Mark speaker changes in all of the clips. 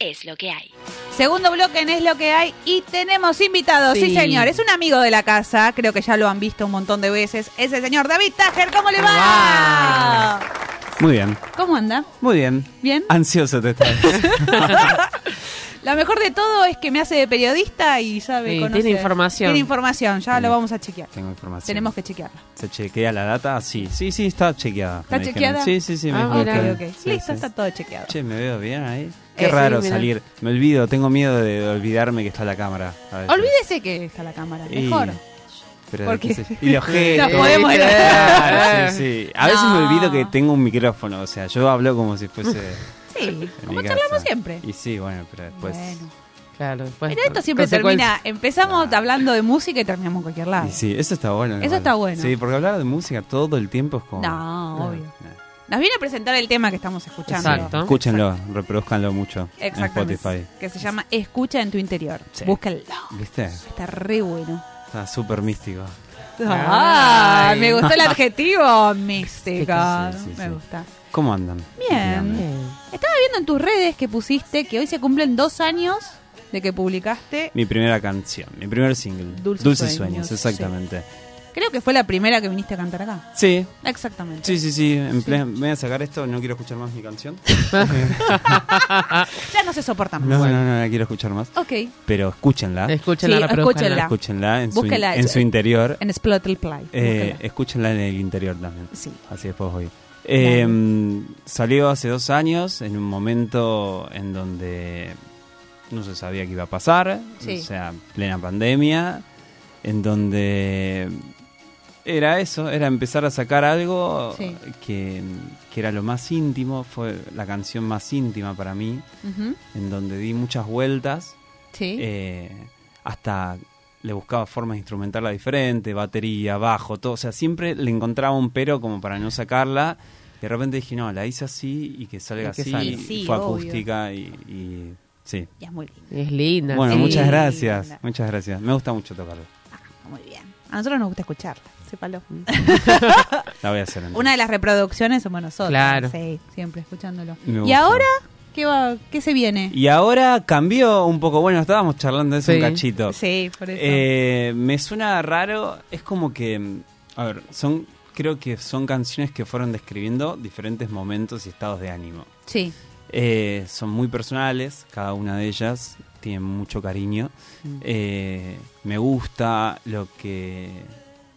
Speaker 1: Es lo que hay.
Speaker 2: Segundo bloque en Es lo que hay y tenemos invitados. Sí.
Speaker 3: Sí.
Speaker 2: señor. Es un amigo de la casa. Creo que ya lo han visto un montón de veces. Es el señor David Tajer. ¿Cómo le va?
Speaker 4: Muy bien,
Speaker 2: ¿Cómo anda?
Speaker 4: muy bien.
Speaker 2: ¿Bien?
Speaker 4: Ansioso te estás.
Speaker 2: Lo mejor de todo es que me hace de periodista y sabe
Speaker 3: Sí,
Speaker 2: conocer.
Speaker 3: tiene información.
Speaker 2: Tiene información. Ya
Speaker 4: Sí.
Speaker 2: lo vamos a chequear.
Speaker 4: Tengo información.
Speaker 2: Tenemos que chequearla.
Speaker 4: ¿Se chequea la data? Sí, sí, sí, está chequeada.
Speaker 2: ¿Está
Speaker 4: me dijeron.
Speaker 2: chequeada?
Speaker 4: Sí, sí, sí. me
Speaker 3: Ah,
Speaker 2: Ok,
Speaker 4: dijeron
Speaker 3: Claro.
Speaker 2: ok.
Speaker 4: que- sí,
Speaker 2: Listo,
Speaker 4: sí,
Speaker 2: está
Speaker 4: sí.
Speaker 2: todo chequeado.
Speaker 4: Che, me veo bien ahí. Qué
Speaker 2: Eh, sí,
Speaker 4: raro
Speaker 3: mirá.
Speaker 4: salir. Me olvido, tengo miedo de olvidarme que está la cámara. a veces.
Speaker 2: Olvídese que está la cámara.
Speaker 4: Y-
Speaker 2: Mejor.
Speaker 4: Pero
Speaker 2: Porque-
Speaker 4: qué sé yo. Y los gestos.
Speaker 2: Nos podemos-
Speaker 4: Claro, sí, sí. A veces
Speaker 2: No.
Speaker 4: me olvido que tengo un micrófono. O sea, yo hablo como si fuese. en
Speaker 2: Sí, como
Speaker 4: mi
Speaker 2: charlamos
Speaker 4: casa.
Speaker 2: siempre.
Speaker 4: Y sí, bueno, pero después.
Speaker 2: Bueno.
Speaker 3: Claro, después.
Speaker 2: Pero esto siempre
Speaker 3: consecuencias.
Speaker 2: termina. Empezamos hablando de música y terminamos en cualquier lado.
Speaker 4: Y sí, eso está bueno.
Speaker 2: Ah. Eso
Speaker 4: igual.
Speaker 2: está bueno.
Speaker 4: Sí, porque hablar de música todo el tiempo es como.
Speaker 2: No, obvio.
Speaker 4: Nah.
Speaker 2: Nos viene a presentar el tema que estamos escuchando.
Speaker 3: Exacto.
Speaker 4: Escúchenlo, reproduzcanlo mucho en
Speaker 2: Exactamente.
Speaker 4: Spotify.
Speaker 2: Que se llama Escucha en tu interior.
Speaker 4: Sí.
Speaker 2: Búsquenlo.
Speaker 4: ¿Viste?
Speaker 2: Está re bueno.
Speaker 4: Está súper místico.
Speaker 2: Ah,
Speaker 3: Ay.
Speaker 2: me gustó el adjetivo mística.
Speaker 4: Sí, sí, sí.
Speaker 2: Me gusta.
Speaker 4: ¿Cómo andan?
Speaker 2: Bien.
Speaker 3: Bien.
Speaker 2: Estaba viendo en tus redes que pusiste que hoy se cumplen dos años de que publicaste.
Speaker 4: Mi primera canción, mi primer single.
Speaker 2: Dulces
Speaker 4: Dulces,
Speaker 2: Sueños,
Speaker 4: Sueños,
Speaker 2: sí.
Speaker 4: exactamente.
Speaker 2: Creo que fue la primera que viniste a cantar acá.
Speaker 4: Sí.
Speaker 2: Exactamente.
Speaker 4: Sí, sí, sí. en plan, me voy a sacar esto, no quiero escuchar más mi canción.
Speaker 2: Ya no se soportan
Speaker 4: No,
Speaker 2: más.
Speaker 4: no, no, no la quiero escuchar más.
Speaker 2: Ok.
Speaker 4: Pero escúchenla.
Speaker 3: Eh, Escúchenla,
Speaker 2: Sí,
Speaker 3: reproduzcanla.
Speaker 2: escúchenla.
Speaker 4: Escúchenla en su, in-
Speaker 2: Búsquela.
Speaker 4: en su interior.
Speaker 2: En Splotel Play.
Speaker 4: Eh,
Speaker 2: Búscala.
Speaker 4: escúchenla en el interior también.
Speaker 2: Sí.
Speaker 4: Así después voy. Eh, Salió hace dos años, en un momento en donde no se sabía qué iba a pasar,
Speaker 2: Sí.
Speaker 4: o sea, plena pandemia, en donde era eso, era empezar a sacar algo
Speaker 2: Sí.
Speaker 4: que, que era lo más íntimo, fue la canción más íntima para mí,
Speaker 2: Ujú.
Speaker 4: en donde di muchas vueltas
Speaker 2: Sí.
Speaker 4: eh, hasta le buscaba formas de instrumentarla diferente, batería, bajo, todo. O sea, siempre le encontraba un pero como para no sacarla. Y de repente dije, no, la hice así y que salga
Speaker 3: Y que
Speaker 4: así.
Speaker 3: salga.
Speaker 4: Y
Speaker 2: Sí,
Speaker 4: fue
Speaker 2: obvio.
Speaker 4: acústica y, y- sí.
Speaker 2: Ya es muy lindo.
Speaker 3: Es linda.
Speaker 4: Bueno,
Speaker 3: sí.
Speaker 4: muchas gracias.
Speaker 2: linda.
Speaker 4: Muchas gracias. Me gusta mucho tocarla.
Speaker 2: Ah, Muy bien. A nosotros nos gusta escucharla. Sépalo.
Speaker 4: La voy a hacer. entonces.
Speaker 2: Una de las reproducciones somos nosotros.
Speaker 3: Claro.
Speaker 2: Sí, siempre escuchándolo.
Speaker 4: Me
Speaker 2: ¿Y
Speaker 4: gusta.
Speaker 2: ahora qué va qué se viene?
Speaker 4: Y ahora cambió un poco. Bueno, estábamos charlando de eso
Speaker 3: Sí.
Speaker 4: un cachito.
Speaker 2: Sí, por eso.
Speaker 4: Eh, me suena raro, es como que, mm, a ver, son, creo que son canciones que fueron describiendo diferentes momentos y estados de ánimo.
Speaker 2: sí.
Speaker 4: Eh, son muy personales, cada una de ellas tiene mucho cariño. Eh, me gusta lo que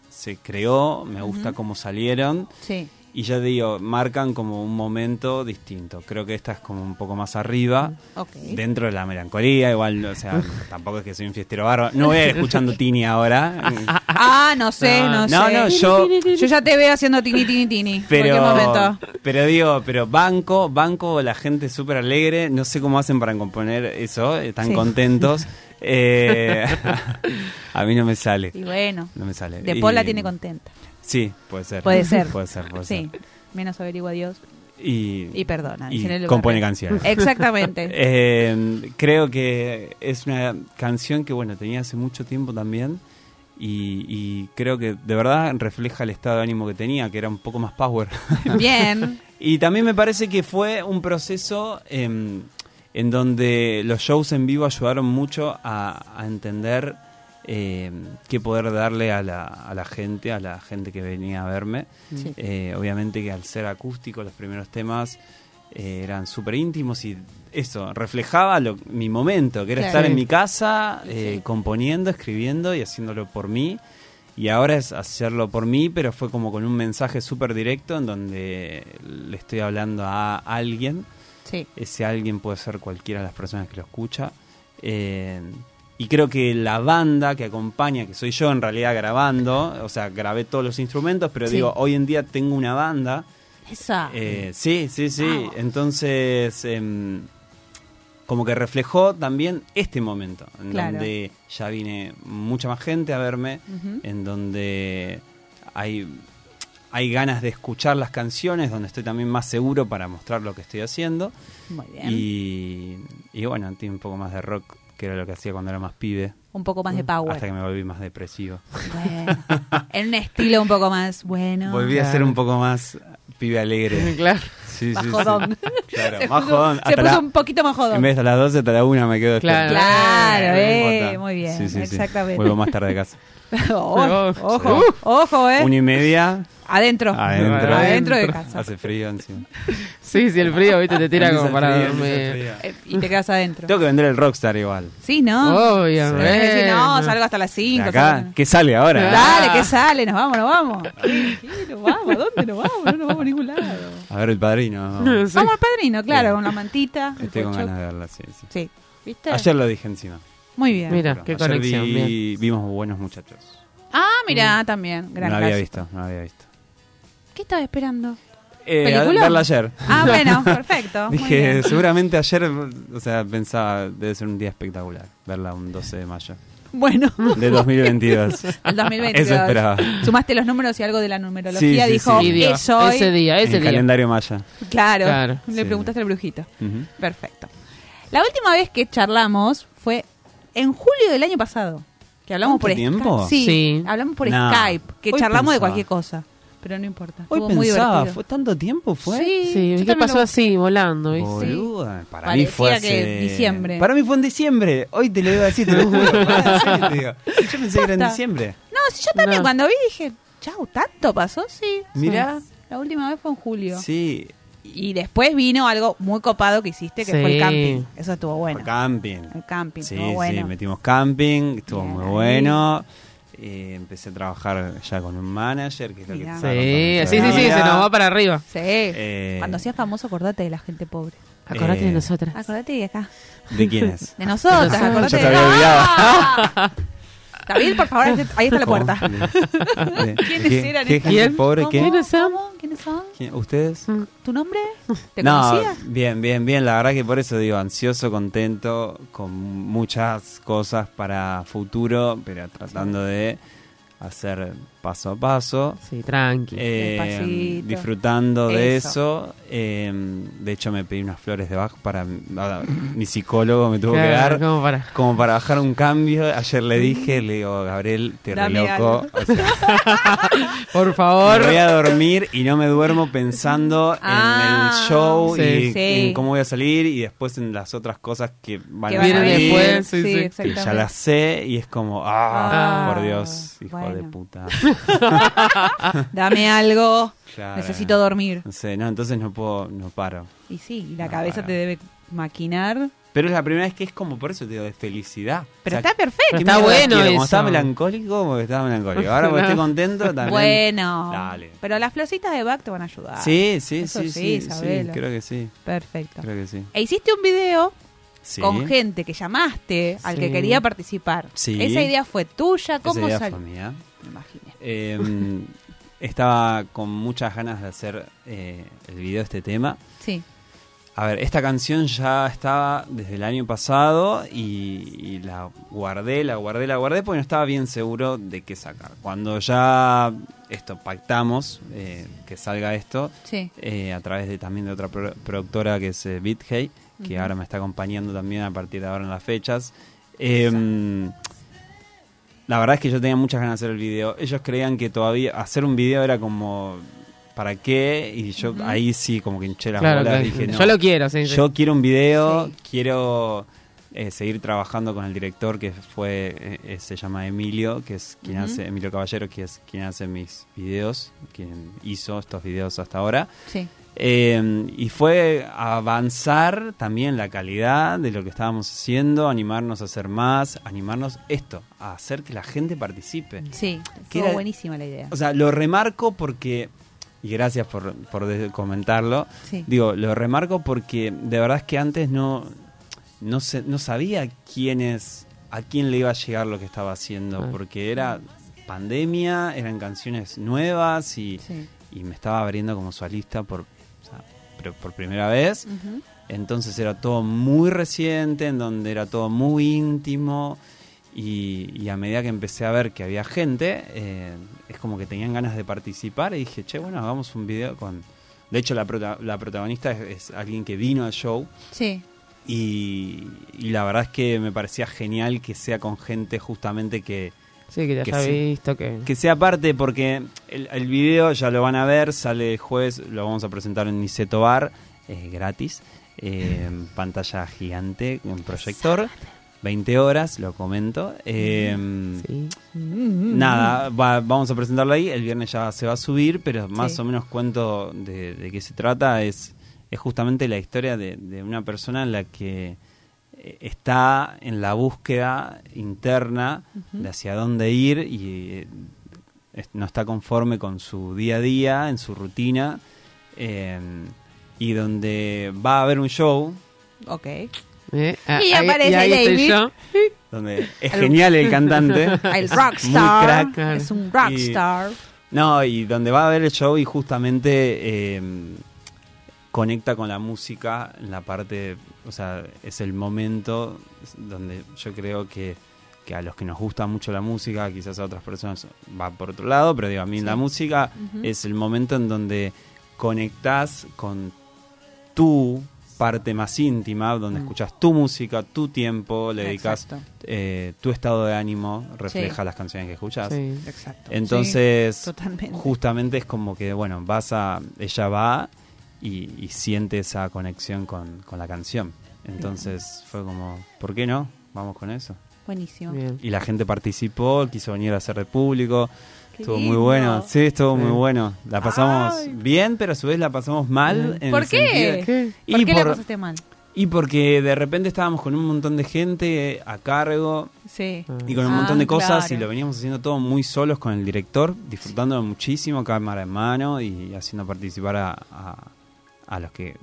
Speaker 4: se creó, me gusta cómo salieron.
Speaker 2: Sí.
Speaker 4: Y ya te digo, marcan como un momento distinto. Creo que esta es como un poco más arriba.
Speaker 2: Mm, Ok.
Speaker 4: Dentro de la melancolía, igual, o sea, tampoco es que soy un fiestero bárbaro. No voy a ir escuchando Tini ahora. eh,
Speaker 2: Ah, no sé, no,
Speaker 3: No,
Speaker 2: sé.
Speaker 4: No, no, yo.
Speaker 2: Yo ya te veo haciendo tini tini tini. en cualquier
Speaker 4: Pero,
Speaker 2: momento.
Speaker 4: pero digo, pero banco, banco, la gente súper alegre. No sé cómo hacen para componer eso, eh, tan
Speaker 2: Sí.
Speaker 4: contentos. Eh, a mí no me sale.
Speaker 2: Y bueno.
Speaker 4: No me sale.
Speaker 2: De
Speaker 4: Y-
Speaker 2: Paul la tiene contenta.
Speaker 4: Sí, puede ser.
Speaker 2: Puede ser.
Speaker 4: Puede ser, puede
Speaker 2: sí.
Speaker 4: ser.
Speaker 2: Menos averigua Dios
Speaker 4: Y,
Speaker 2: y perdona.
Speaker 4: y
Speaker 2: dicen en el lugar.
Speaker 4: compone canciones.
Speaker 2: Exactamente.
Speaker 4: Eh, creo que es una canción que bueno tenía hace mucho tiempo también y, y creo que de verdad refleja el estado de ánimo que tenía, que era un poco más power.
Speaker 2: Bien.
Speaker 4: y también me parece que fue un proceso em, en donde los shows en vivo ayudaron mucho a, a entender em, qué poder darle a la, a la gente, a la gente que venía a verme.
Speaker 2: Sí.
Speaker 4: Eh, obviamente que al ser acústico los primeros temas eh, eran súper íntimos y eso, reflejaba lo- mi momento, que era
Speaker 2: Claro.
Speaker 4: estar en mi casa eh, componiendo, escribiendo y haciéndolo por mí. Y ahora es hacerlo por mí, pero fue como con un mensaje súper directo en donde le estoy hablando a alguien.
Speaker 2: Sí.
Speaker 4: Ese alguien puede ser cualquiera de las personas que lo escucha. Eh, y creo que la banda que acompaña, que soy yo en realidad grabando, o sea, grabé todos los instrumentos, pero
Speaker 2: Sí.
Speaker 4: digo, hoy en día tengo una banda.
Speaker 2: Esa.
Speaker 4: Eh, sí, sí, sí.
Speaker 2: Vamos.
Speaker 4: Entonces, em, como que reflejó también este momento, en
Speaker 2: Claro.
Speaker 4: donde ya vine mucha más gente a verme,
Speaker 2: Ujú.
Speaker 4: en donde hay, hay ganas de escuchar las canciones, donde estoy también más seguro para mostrar lo que estoy haciendo.
Speaker 2: Muy bien.
Speaker 4: Y, y bueno, tiene un poco más de rock, que era lo que hacía cuando era más pibe.
Speaker 2: un poco más de power.
Speaker 4: mm, Hasta que me volví más depresivo.
Speaker 2: Bueno. en un estilo un poco más bueno.
Speaker 4: Volví a ser un poco más pibe alegre.
Speaker 3: Claro.
Speaker 4: Sí, sí, sí.
Speaker 2: Majodón.
Speaker 4: Claro,
Speaker 2: Se
Speaker 4: más
Speaker 2: puso-
Speaker 4: jodón.
Speaker 2: se
Speaker 4: Hasta
Speaker 2: puso
Speaker 4: la-
Speaker 2: un poquito más jodón.
Speaker 4: En vez de a las 12, hasta la 1 me quedo
Speaker 3: Claro.
Speaker 4: despierto.
Speaker 2: Claro, eh,
Speaker 4: No importa.
Speaker 2: muy bien,
Speaker 4: Sí, sí, sí.
Speaker 2: exactamente.
Speaker 4: Vuelvo más tarde a casa.
Speaker 2: Oh,
Speaker 3: Sí.
Speaker 2: ojo,
Speaker 3: Uh.
Speaker 2: ojo, eh.
Speaker 4: Una y media,
Speaker 2: Adentro.
Speaker 4: adentro.
Speaker 2: Adentro de casa.
Speaker 4: Hace frío encima.
Speaker 3: Sí, sí, el frío, viste, te tira
Speaker 4: Empieza
Speaker 3: como
Speaker 4: el
Speaker 3: para
Speaker 4: frío, empieza
Speaker 3: dormir.
Speaker 4: el frío.
Speaker 2: Eh, Y te quedas adentro.
Speaker 4: Tengo que vender el Rockstar igual.
Speaker 2: Sí,
Speaker 3: Oh,
Speaker 2: ¿no?
Speaker 3: Obviamente.
Speaker 2: Sí, no, salgo hasta las 5.
Speaker 4: Acá, que sale ahora?
Speaker 2: Dale, que sale, nos vamos, nos vamos. ¿Qué? ¿Qué? ¿Nos vamos? ¿Dónde nos vamos? No nos vamos a ningún lado.
Speaker 4: A ver el padrino.
Speaker 3: Sí.
Speaker 2: Vamos al padrino, claro,
Speaker 4: Sí.
Speaker 2: con la mantita. el
Speaker 4: Estoy con
Speaker 2: colchón.
Speaker 4: ganas de verla, sí, sí.
Speaker 2: Sí, ¿viste?
Speaker 4: Ayer lo dije encima.
Speaker 2: Muy bien.
Speaker 3: Mira,
Speaker 4: Pero
Speaker 3: qué
Speaker 4: ayer
Speaker 3: conexión,
Speaker 4: vi-
Speaker 3: bien.
Speaker 4: Vimos buenos muchachos.
Speaker 2: Ah, mira, también. Gran
Speaker 4: no la había
Speaker 2: caso.
Speaker 4: visto, no la había visto.
Speaker 2: ¿Qué estaba esperando?
Speaker 4: Eh,
Speaker 2: ¿Película?
Speaker 4: verla ayer.
Speaker 2: Ah, bueno, perfecto. muy
Speaker 4: Dije,
Speaker 2: bien.
Speaker 4: seguramente ayer, o sea, pensaba, debe ser un día espectacular verla un 12 de mayo
Speaker 2: Bueno.
Speaker 4: de 2022.
Speaker 2: Al 2022.
Speaker 4: Eso esperaba.
Speaker 2: Sumaste los números y algo de la
Speaker 4: Sí,
Speaker 2: numerología
Speaker 4: sí,
Speaker 2: dijo,
Speaker 4: sí.
Speaker 3: Y dio,
Speaker 2: es hoy.
Speaker 3: Ese día, ese
Speaker 4: el
Speaker 3: día.
Speaker 4: calendario maya.
Speaker 2: Claro.
Speaker 3: Claro.
Speaker 2: Le
Speaker 4: Sí.
Speaker 2: preguntaste al brujito.
Speaker 4: Ujú.
Speaker 2: Perfecto. La última vez que charlamos fue en julio del año pasado. Que hablamos
Speaker 4: ¿Tanto
Speaker 2: por
Speaker 4: Ah, tiempo?
Speaker 2: Skype. Sí,
Speaker 3: Sí.
Speaker 2: Hablamos por
Speaker 4: No.
Speaker 2: Skype. Que
Speaker 4: Hoy
Speaker 2: charlamos de
Speaker 4: pensaba.
Speaker 2: cualquier cosa. Pero no importa.
Speaker 4: Hoy
Speaker 2: Estuvo muy
Speaker 4: pensaba,
Speaker 2: divertido.
Speaker 4: ¿fue tanto tiempo? ¿Fue?
Speaker 2: yo
Speaker 3: Sí, ¿qué
Speaker 2: también
Speaker 3: pasó
Speaker 2: lo-
Speaker 3: así, volando? ¿viste?
Speaker 4: Boluda, para mí
Speaker 2: Parecía
Speaker 4: fue
Speaker 2: que
Speaker 4: hace-
Speaker 2: diciembre.
Speaker 4: Para mí fue en diciembre. Hoy te lo iba a decir, te lo juro. Ah, en serio te digo. Yo pensé que era en
Speaker 2: Posta.
Speaker 4: diciembre.
Speaker 2: No, sí, yo también
Speaker 3: No.
Speaker 2: cuando vi dije, chau, ¿tanto pasó? Sí.
Speaker 4: Mirá.
Speaker 2: Sí. La última vez fue en julio.
Speaker 4: Sí,
Speaker 2: Y después vino algo muy copado que hiciste, que
Speaker 3: Sí.
Speaker 2: fue el camping. Eso estuvo bueno.
Speaker 4: fue camping.
Speaker 2: El camping,
Speaker 4: Sí,
Speaker 2: estuvo
Speaker 4: sí,
Speaker 2: bueno.
Speaker 4: metimos camping, estuvo
Speaker 2: Bien
Speaker 4: muy
Speaker 2: ahí.
Speaker 4: bueno. Eh, empecé a trabajar ya con un manager, que es lo que
Speaker 2: Mirá.
Speaker 4: te estaba
Speaker 3: Sí,
Speaker 4: contando
Speaker 3: sí, sí,
Speaker 4: yo.
Speaker 3: sí, se nos va para arriba.
Speaker 2: Sí.
Speaker 4: Eh,
Speaker 2: Cuando seas famoso, acordate de la gente pobre.
Speaker 3: Acordate
Speaker 4: Eh,
Speaker 3: de nosotras.
Speaker 2: Acordate de acá.
Speaker 4: ¿De quién es?
Speaker 2: De nosotras,
Speaker 3: Ya
Speaker 2: acordate
Speaker 4: Ah, se
Speaker 2: de
Speaker 4: había olvidado.
Speaker 2: ¡Ah! David, por favor, ahí- ahí está la puerta.
Speaker 4: ¿Cómo? ¿De- de-
Speaker 2: ¿Quiénes
Speaker 4: qué-
Speaker 2: eran
Speaker 4: qué
Speaker 2: estos?
Speaker 4: gente
Speaker 3: ¿Quién?
Speaker 4: pobre? ¿Qué?
Speaker 2: ¿Cómo?
Speaker 3: este ¿Quiénes son?
Speaker 2: ¿Cómo? ¿Quiénes son?
Speaker 4: ¿Quién- ¿Ustedes?
Speaker 2: ¿Tu nombre? ¿Te
Speaker 4: no,
Speaker 2: conocía?
Speaker 4: bien, bien, bien. La verdad que por eso digo, ansioso, contento, con muchas cosas para futuro, pero tratando de hacer paso a paso.
Speaker 3: Sí, tranqui.
Speaker 4: eh,
Speaker 2: Despacito.
Speaker 4: disfrutando de
Speaker 2: Eso.
Speaker 4: eso. eh, de hecho, me pedí unas flores de Bach para. nada, mi psicólogo me tuvo que
Speaker 3: Claro,
Speaker 4: dar.
Speaker 3: como para.
Speaker 4: Como para bajar un cambio, ayer le dije, le digo, Gabriel, te re
Speaker 2: Dame
Speaker 4: loco.
Speaker 2: algo.
Speaker 4: O sea,
Speaker 3: Por
Speaker 4: me
Speaker 3: favor.
Speaker 4: voy a dormir y no me duermo pensando en
Speaker 2: Ah,
Speaker 4: el show
Speaker 3: sí.
Speaker 4: y
Speaker 2: Sí.
Speaker 4: en cómo voy a salir y después en las otras cosas que van
Speaker 2: Que
Speaker 4: a
Speaker 2: van a
Speaker 4: salir.
Speaker 3: Vienen
Speaker 2: venir.
Speaker 3: después, sí, sí.
Speaker 4: Que ya
Speaker 2: exactamente.
Speaker 4: las sé y es como, ah,
Speaker 2: Ah,
Speaker 4: por Dios, hijo de
Speaker 2: bueno.
Speaker 4: puta.
Speaker 2: Dame algo.
Speaker 4: Claro.
Speaker 2: Necesito dormir.
Speaker 4: No sé, no, entonces no puedo, no paro.
Speaker 2: Y sí, y la
Speaker 4: No,
Speaker 2: cabeza
Speaker 4: para.
Speaker 2: te debe maquinar.
Speaker 4: Pero es la primera vez que es como, por eso te digo, de felicidad.
Speaker 2: Pero
Speaker 4: O sea,
Speaker 2: está perfecto.
Speaker 4: ¿qué
Speaker 3: Está
Speaker 4: mierda
Speaker 3: bueno
Speaker 4: quiero? Como
Speaker 3: eso.
Speaker 4: estaba melancólico, porque estaba melancólico. Ahora porque estoy contento también.
Speaker 2: Bueno.
Speaker 4: Dale.
Speaker 2: Pero las florcitas de Bach te van a ayudar.
Speaker 4: Sí, sí,
Speaker 2: Eso
Speaker 4: sí,
Speaker 2: sí,
Speaker 4: sí, sí,
Speaker 2: sabelo.
Speaker 4: creo que sí,
Speaker 2: Perfecto.
Speaker 4: creo que sí.
Speaker 2: E hiciste un video
Speaker 4: Sí.
Speaker 2: Eh, con gente que llamaste al que
Speaker 3: Sí.
Speaker 2: quería participar.
Speaker 4: Sí.
Speaker 2: Esa idea fue tuya.
Speaker 4: Esa
Speaker 2: ¿Cómo
Speaker 4: idea
Speaker 2: salió?
Speaker 4: fue mía.
Speaker 2: Me imaginé.
Speaker 4: Eh, estaba con muchas ganas de hacer eh, el video de este tema.
Speaker 2: Sí.
Speaker 4: A ver, esta canción ya estaba desde el año pasado y, y la guardé, la guardé, la guardé porque no estaba bien seguro de qué sacar. Cuando ya esto pactamos eh, que salga esto
Speaker 2: Sí.
Speaker 4: eh, a través de también de otra pro- productora que es eh, BitHey, que ahora me está acompañando también a partir de ahora en las fechas. Em, la verdad es que yo tenía muchas ganas de hacer el video. Ellos creían que todavía hacer un video era como ¿para qué? Y yo ahí sí como que hinché las
Speaker 3: Claro,
Speaker 4: bolas,
Speaker 3: claro.
Speaker 4: dije, no.
Speaker 3: Yo lo quiero, sí. sí.
Speaker 4: Yo quiero un video,
Speaker 2: Sí.
Speaker 4: quiero eh, seguir trabajando con el director que fue, eh, eh, se llama Emilio, que es quien hace, Emilio Caballero, que es quien hace mis videos, quien hizo estos videos hasta ahora.
Speaker 2: Sí.
Speaker 4: Eh, y fue avanzar también la calidad de lo que estábamos haciendo, animarnos a hacer más, animarnos esto, a hacer que la gente participe.
Speaker 2: Sí.
Speaker 4: Que
Speaker 2: Estuvo
Speaker 4: era-
Speaker 2: buenísima la idea.
Speaker 4: O sea, lo remarco porque, y gracias por, por de- comentarlo,
Speaker 2: Sí.
Speaker 4: digo, lo remarco porque de verdad es que antes no, no, se- no sabía quiénes, a quién le iba a llegar lo que estaba haciendo,
Speaker 3: Ah.
Speaker 4: porque era pandemia, eran canciones nuevas y,
Speaker 2: Sí.
Speaker 4: y me estaba abriendo como solista por, o sea, pero por primera vez.
Speaker 2: Ujú.
Speaker 4: Entonces era todo muy reciente, en donde era todo muy íntimo. Y, y a medida que empecé a ver que había gente, eh, es como que tenían ganas de participar y dije, che, bueno, hagamos un video con... De hecho, la, prota- la protagonista es, es alguien que vino al show
Speaker 2: Sí.
Speaker 4: y, y la verdad es que me parecía genial que sea con gente justamente que,
Speaker 3: Sí, que ya
Speaker 4: Que
Speaker 3: haya
Speaker 4: sí.
Speaker 3: visto, que...
Speaker 4: que sea parte porque el, el video ya lo van a ver, sale el jueves, lo vamos a presentar en Niceto Bar, eh, gratis, eh, en pantalla gigante, en proyector, 20 horas, lo comento. eh,
Speaker 3: Sí.
Speaker 2: Mm.
Speaker 4: Nada, va- vamos a presentarlo ahí, el viernes ya se va a subir, pero más
Speaker 2: Sí.
Speaker 4: o menos cuento de, de qué se trata, es, es justamente la historia de, de una persona en la que eh, está en la búsqueda interna de hacia dónde ir y eh, es- no está conforme con su día a día, en su rutina, eh, y donde va a haber un show,
Speaker 2: Ok.
Speaker 3: Eh, ah,
Speaker 2: Y
Speaker 3: ahí-
Speaker 2: aparece
Speaker 3: ahí estoy
Speaker 2: David.
Speaker 3: yo.
Speaker 4: donde es genial el cantante.
Speaker 2: El
Speaker 4: es muy
Speaker 2: rockstar.
Speaker 4: crack.
Speaker 3: claro.
Speaker 2: Es un rockstar.
Speaker 4: No, y donde va a haber el show y justamente eh, conecta con la música en la parte, o sea, es el momento donde yo creo que, que a los que nos gusta mucho la música, quizás a otras personas va por otro lado, pero digo, a mí la música es el momento en donde conectás con tu parte más íntima, donde escuchas tu música, tu tiempo, le dedicas
Speaker 2: Mm. Exacto.
Speaker 4: eh, tu estado de ánimo, refleja
Speaker 2: Sí.
Speaker 4: las canciones que escuchas.
Speaker 3: Sí.
Speaker 2: Exacto.
Speaker 4: Entonces,
Speaker 2: Sí, totalmente.
Speaker 4: justamente es como que, bueno, vas a, ella va y, y siente esa conexión con, con la canción. Entonces fue como, ¿por qué no? Vamos con eso.
Speaker 2: Buenísimo.
Speaker 3: Bien.
Speaker 4: Y la gente participó, quiso venir a hacer de público.
Speaker 2: Qué
Speaker 4: estuvo muy
Speaker 2: lindo.
Speaker 4: bueno. Sí, estuvo
Speaker 3: Sí.
Speaker 4: muy bueno. La pasamos
Speaker 2: Ay.
Speaker 4: bien, pero a su vez la pasamos mal. en
Speaker 2: ¿Por
Speaker 4: el sentido de-
Speaker 2: qué?
Speaker 3: ¿Qué?
Speaker 2: ¿Por
Speaker 4: Y
Speaker 2: qué la
Speaker 4: por-
Speaker 2: pasaste mal?
Speaker 4: Y porque de repente estábamos con un montón de gente a cargo.
Speaker 2: Sí.
Speaker 4: Y con un
Speaker 2: Ah,
Speaker 4: montón de cosas
Speaker 2: claro.
Speaker 4: y lo veníamos haciendo todo muy solos con el director, disfrutándolo muchísimo, cámara en mano y haciendo participar a, a- a los que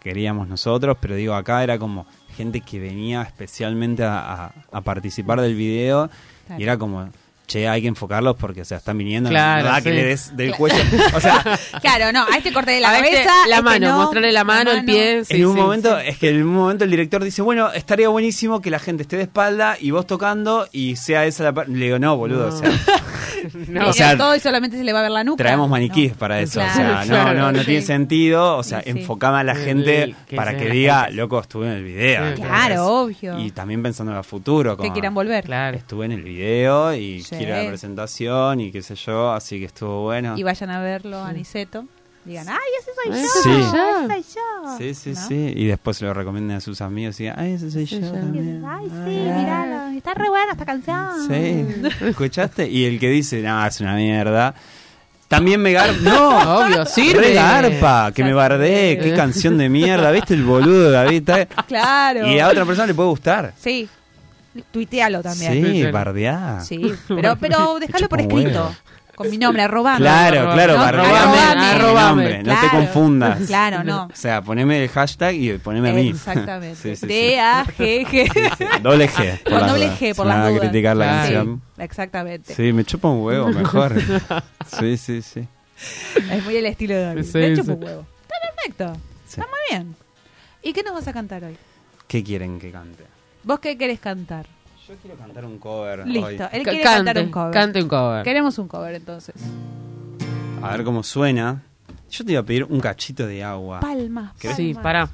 Speaker 4: queríamos nosotros, pero digo, acá era como gente que venía especialmente a, a- a participar del video
Speaker 2: Claro.
Speaker 4: y era como, che, hay que enfocarlos porque, o sea, están viniendo,
Speaker 3: Claro,
Speaker 4: no da que
Speaker 3: sí.
Speaker 4: le des del cuello. O sea,
Speaker 2: Claro, no, a este corté de la
Speaker 3: A
Speaker 2: cabeza.
Speaker 3: este, la
Speaker 2: este
Speaker 3: mano,
Speaker 2: no,
Speaker 3: mostrarle la mano, el pie. sí,
Speaker 4: en un
Speaker 3: sí,
Speaker 4: momento,
Speaker 3: sí.
Speaker 4: es que en un momento el director dice, bueno, estaría buenísimo que la gente esté de espalda y vos tocando y sea esa la... par-". Le digo, no, boludo,
Speaker 3: No.
Speaker 4: o sea...
Speaker 3: No.
Speaker 2: Mira
Speaker 4: O sea,
Speaker 2: todo y solamente se le va a ver la nuca.
Speaker 4: Traemos
Speaker 2: No.
Speaker 4: maniquíes para eso.
Speaker 2: Claro,
Speaker 4: o sea,
Speaker 3: claro,
Speaker 4: no, no, no
Speaker 3: sí.
Speaker 4: tiene sentido. O sea,
Speaker 2: Sí, sí.
Speaker 4: enfocaba a la
Speaker 3: El-
Speaker 4: gente
Speaker 3: que
Speaker 4: para
Speaker 3: se
Speaker 4: que
Speaker 3: vean las
Speaker 4: diga,
Speaker 3: cosas.
Speaker 4: loco, estuve en el video.
Speaker 3: Sí.
Speaker 4: ¿entendés?
Speaker 2: Claro, obvio.
Speaker 4: Y también pensando en el futuro.
Speaker 2: Que
Speaker 4: como,
Speaker 2: quieran volver.
Speaker 3: Claro.
Speaker 4: Estuve en el video y
Speaker 2: Sí.
Speaker 4: quiero la presentación y qué sé yo, así que estuvo bueno.
Speaker 2: Y vayan a verlo a Niceto. Digan, ¡ay, ese soy
Speaker 3: Ay,
Speaker 2: yo!
Speaker 4: sí.
Speaker 2: ¡Ese soy yo!
Speaker 4: Sí, sí,
Speaker 2: ¿No?
Speaker 4: sí. Y después se lo recomienden a sus amigos y digan, ay, ese soy yo también.
Speaker 2: Ay, sí, mirá, está re buena esta canción.
Speaker 4: Sí,
Speaker 2: Ah.
Speaker 4: ¿escuchaste? Y el que dice, no, es una mierda. También me gar... No,
Speaker 3: Obvio, sirve.
Speaker 4: Re garpa, que me bardé, qué canción de mierda, ¿viste el boludo David? ¿eh?
Speaker 2: Claro.
Speaker 4: Y a otra persona le puede gustar.
Speaker 2: Sí. Tuitealo también.
Speaker 4: Sí,
Speaker 3: Claro.
Speaker 4: bardeá.
Speaker 2: Sí, pero, pero déjalo por
Speaker 4: Chupa un
Speaker 2: escrito.
Speaker 4: huevo.
Speaker 2: Con mi nombre, arrobame.
Speaker 4: Claro,
Speaker 3: Arroba-
Speaker 4: claro,
Speaker 3: no,
Speaker 4: bardeame
Speaker 2: arrobame.
Speaker 4: mi nombre, no te
Speaker 2: Claro.
Speaker 4: confundas.
Speaker 2: Claro, no.
Speaker 4: O sea, poneme el hashtag y poneme a mí.
Speaker 2: Exactamente.
Speaker 4: Sí, sí, sí.
Speaker 2: D-A-G-G.
Speaker 4: Doble G.
Speaker 2: Con doble G, por
Speaker 4: las dudas. Si me
Speaker 2: las
Speaker 4: van a
Speaker 2: dudas.
Speaker 4: criticar la
Speaker 3: Claro.
Speaker 4: canción.
Speaker 2: Sí, exactamente.
Speaker 4: Sí, me chupa un huevo mejor. Sí, sí, sí.
Speaker 2: Es muy el estilo de David.
Speaker 3: Sí,
Speaker 2: Me chupa
Speaker 3: sí.
Speaker 2: un huevo. Está perfecto.
Speaker 4: Sí.
Speaker 2: Está muy bien. ¿Y qué nos vas a cantar hoy?
Speaker 4: ¿Qué quieren que cante?
Speaker 2: ¿Vos qué querés cantar?
Speaker 4: Yo quiero cantar un cover hoy.
Speaker 2: Listo. Él
Speaker 3: Ca-
Speaker 2: quiere cantar
Speaker 3: cante,
Speaker 2: un cover.
Speaker 3: Cante un cover.
Speaker 2: Queremos un cover entonces.
Speaker 4: A ver cómo suena. Yo te iba a pedir un cachito de agua.
Speaker 2: Palmas.
Speaker 4: ¿Querés?
Speaker 3: Sí,
Speaker 2: palmas.
Speaker 3: pará.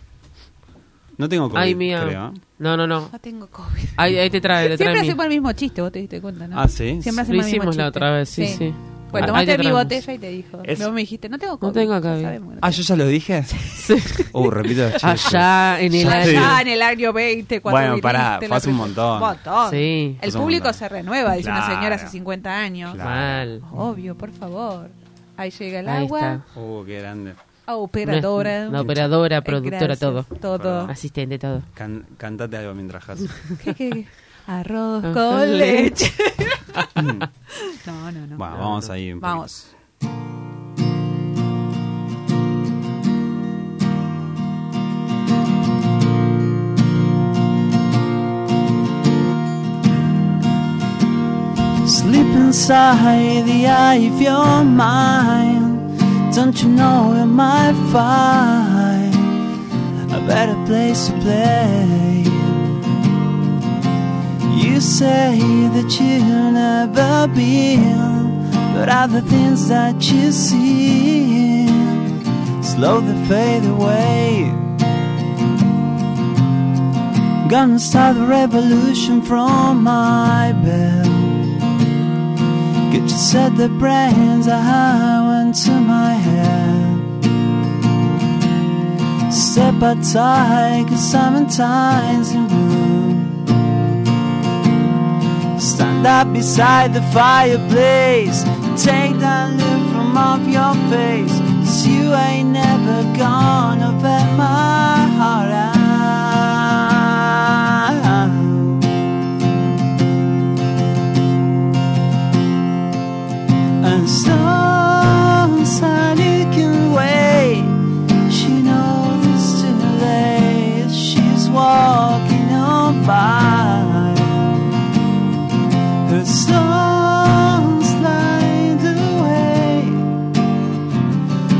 Speaker 4: No tengo COVID,
Speaker 3: Ay, mía.
Speaker 4: creo.
Speaker 3: No, no, no.
Speaker 2: No tengo COVID.
Speaker 3: Ahí, ahí te trae, te trae
Speaker 2: Siempre
Speaker 3: mi-
Speaker 2: hacemos el mismo chiste, vos te diste cuenta, ¿no?
Speaker 4: Ah, ¿sí?
Speaker 2: Siempre hacemos
Speaker 3: Lo
Speaker 2: el mismo
Speaker 3: hicimos la
Speaker 2: chiste.
Speaker 3: otra vez, sí, sí.
Speaker 2: Pues
Speaker 3: Ah, ahí
Speaker 2: tomaste
Speaker 3: te
Speaker 2: mi
Speaker 3: traemos.
Speaker 2: botella y te dijo.
Speaker 4: Es-
Speaker 2: No me dijiste, no tengo COVID.
Speaker 3: tengo
Speaker 2: ya
Speaker 3: COVID.
Speaker 2: sabemos que no
Speaker 4: Ah, yo ya lo dije.
Speaker 3: Sí.
Speaker 4: Uh, repito los chistes.
Speaker 3: Allá en el
Speaker 4: Ya
Speaker 3: año.
Speaker 2: Allá en el año 20, cuando
Speaker 4: Bueno,
Speaker 2: viniste
Speaker 4: pará,
Speaker 2: la
Speaker 4: fue hace un
Speaker 2: primera-
Speaker 4: montón.
Speaker 2: montón.
Speaker 3: Sí.
Speaker 2: El
Speaker 4: Hace un
Speaker 2: público
Speaker 4: montón.
Speaker 2: se renueva, dice una señora hace
Speaker 4: Claro.
Speaker 2: 50 años.
Speaker 4: Claro.
Speaker 3: Mal.
Speaker 2: Obvio, por favor. Ahí llega el
Speaker 3: Ahí
Speaker 2: agua,
Speaker 4: Uh, qué grande.
Speaker 2: a operadora.
Speaker 3: Una operadora,
Speaker 2: Eh,
Speaker 3: productora,
Speaker 2: gracias,
Speaker 3: todo.
Speaker 2: Todo.
Speaker 3: Asistente, todo.
Speaker 4: Can- cantate algo mientras jazas.
Speaker 2: ¿Qué, qué, qué? Arroz
Speaker 3: Ajá.
Speaker 2: con leche. no, no, no.
Speaker 4: Bueno, vamos ahí. un
Speaker 2: Vamos.
Speaker 5: Sleep inside the eye of your mind. Don't you know you might find a better place to play? You You say that you'll never be, but other things that you see slowly fade away. Gonna start a revolution from my bed. Get you said the brains I went to my head. Step aside, cause I'm in time's room. Stand up beside the fireplace. Take that look from off your face. 'Cause you ain't never gonna bet my heart out. And so sad you can wait. She knows it's too late. She's walking on by. The sun slides away,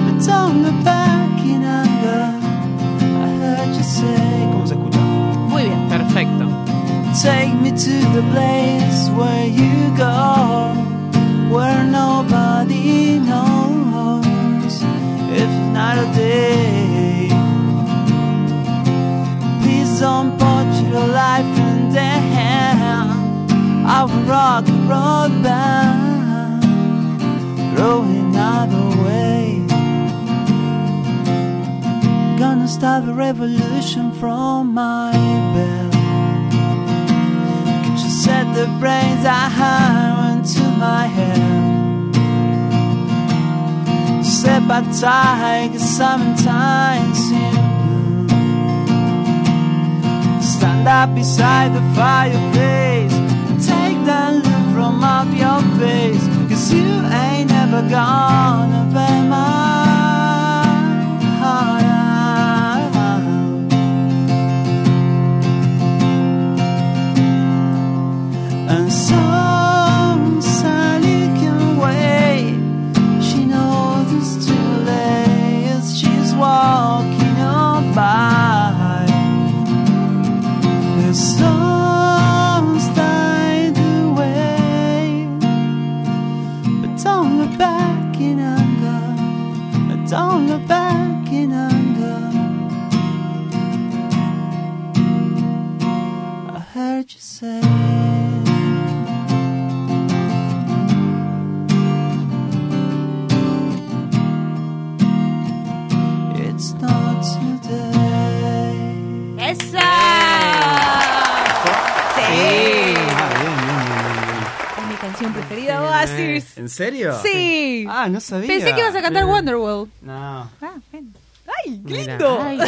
Speaker 5: but on the back in anger, I heard you say, ¿Cómo se escucha?
Speaker 2: Muy bien.
Speaker 3: Perfecto.
Speaker 5: Take me to the place where you go, where nobody knows if not a day. Please don't put your life in the hand. I will rock and roll band, throw another way. Gonna start a revolution from my bed. She said the brains I had went to my head. Step by tiger, sometimes in blue. Stand up beside the fireplace. Take that look from off your face. Cause you ain't never gonna pay my heart out. And so Sally can wait. She knows it's too late. as She's walking on by. The storms died away. But don't look back in anger. Don't look back in anger. I heard you say. It's not today.
Speaker 2: ¡Esa! Sí.
Speaker 4: Ah,
Speaker 2: Es mi canción preferida, Oasis.
Speaker 4: ¿En serio?
Speaker 2: Sí.
Speaker 4: Ah, no sabía.
Speaker 2: Pensé que ibas a cantar Wonderworld.
Speaker 4: No.
Speaker 2: Ah, ven. ¡Ay, qué
Speaker 3: Mira.
Speaker 2: lindo!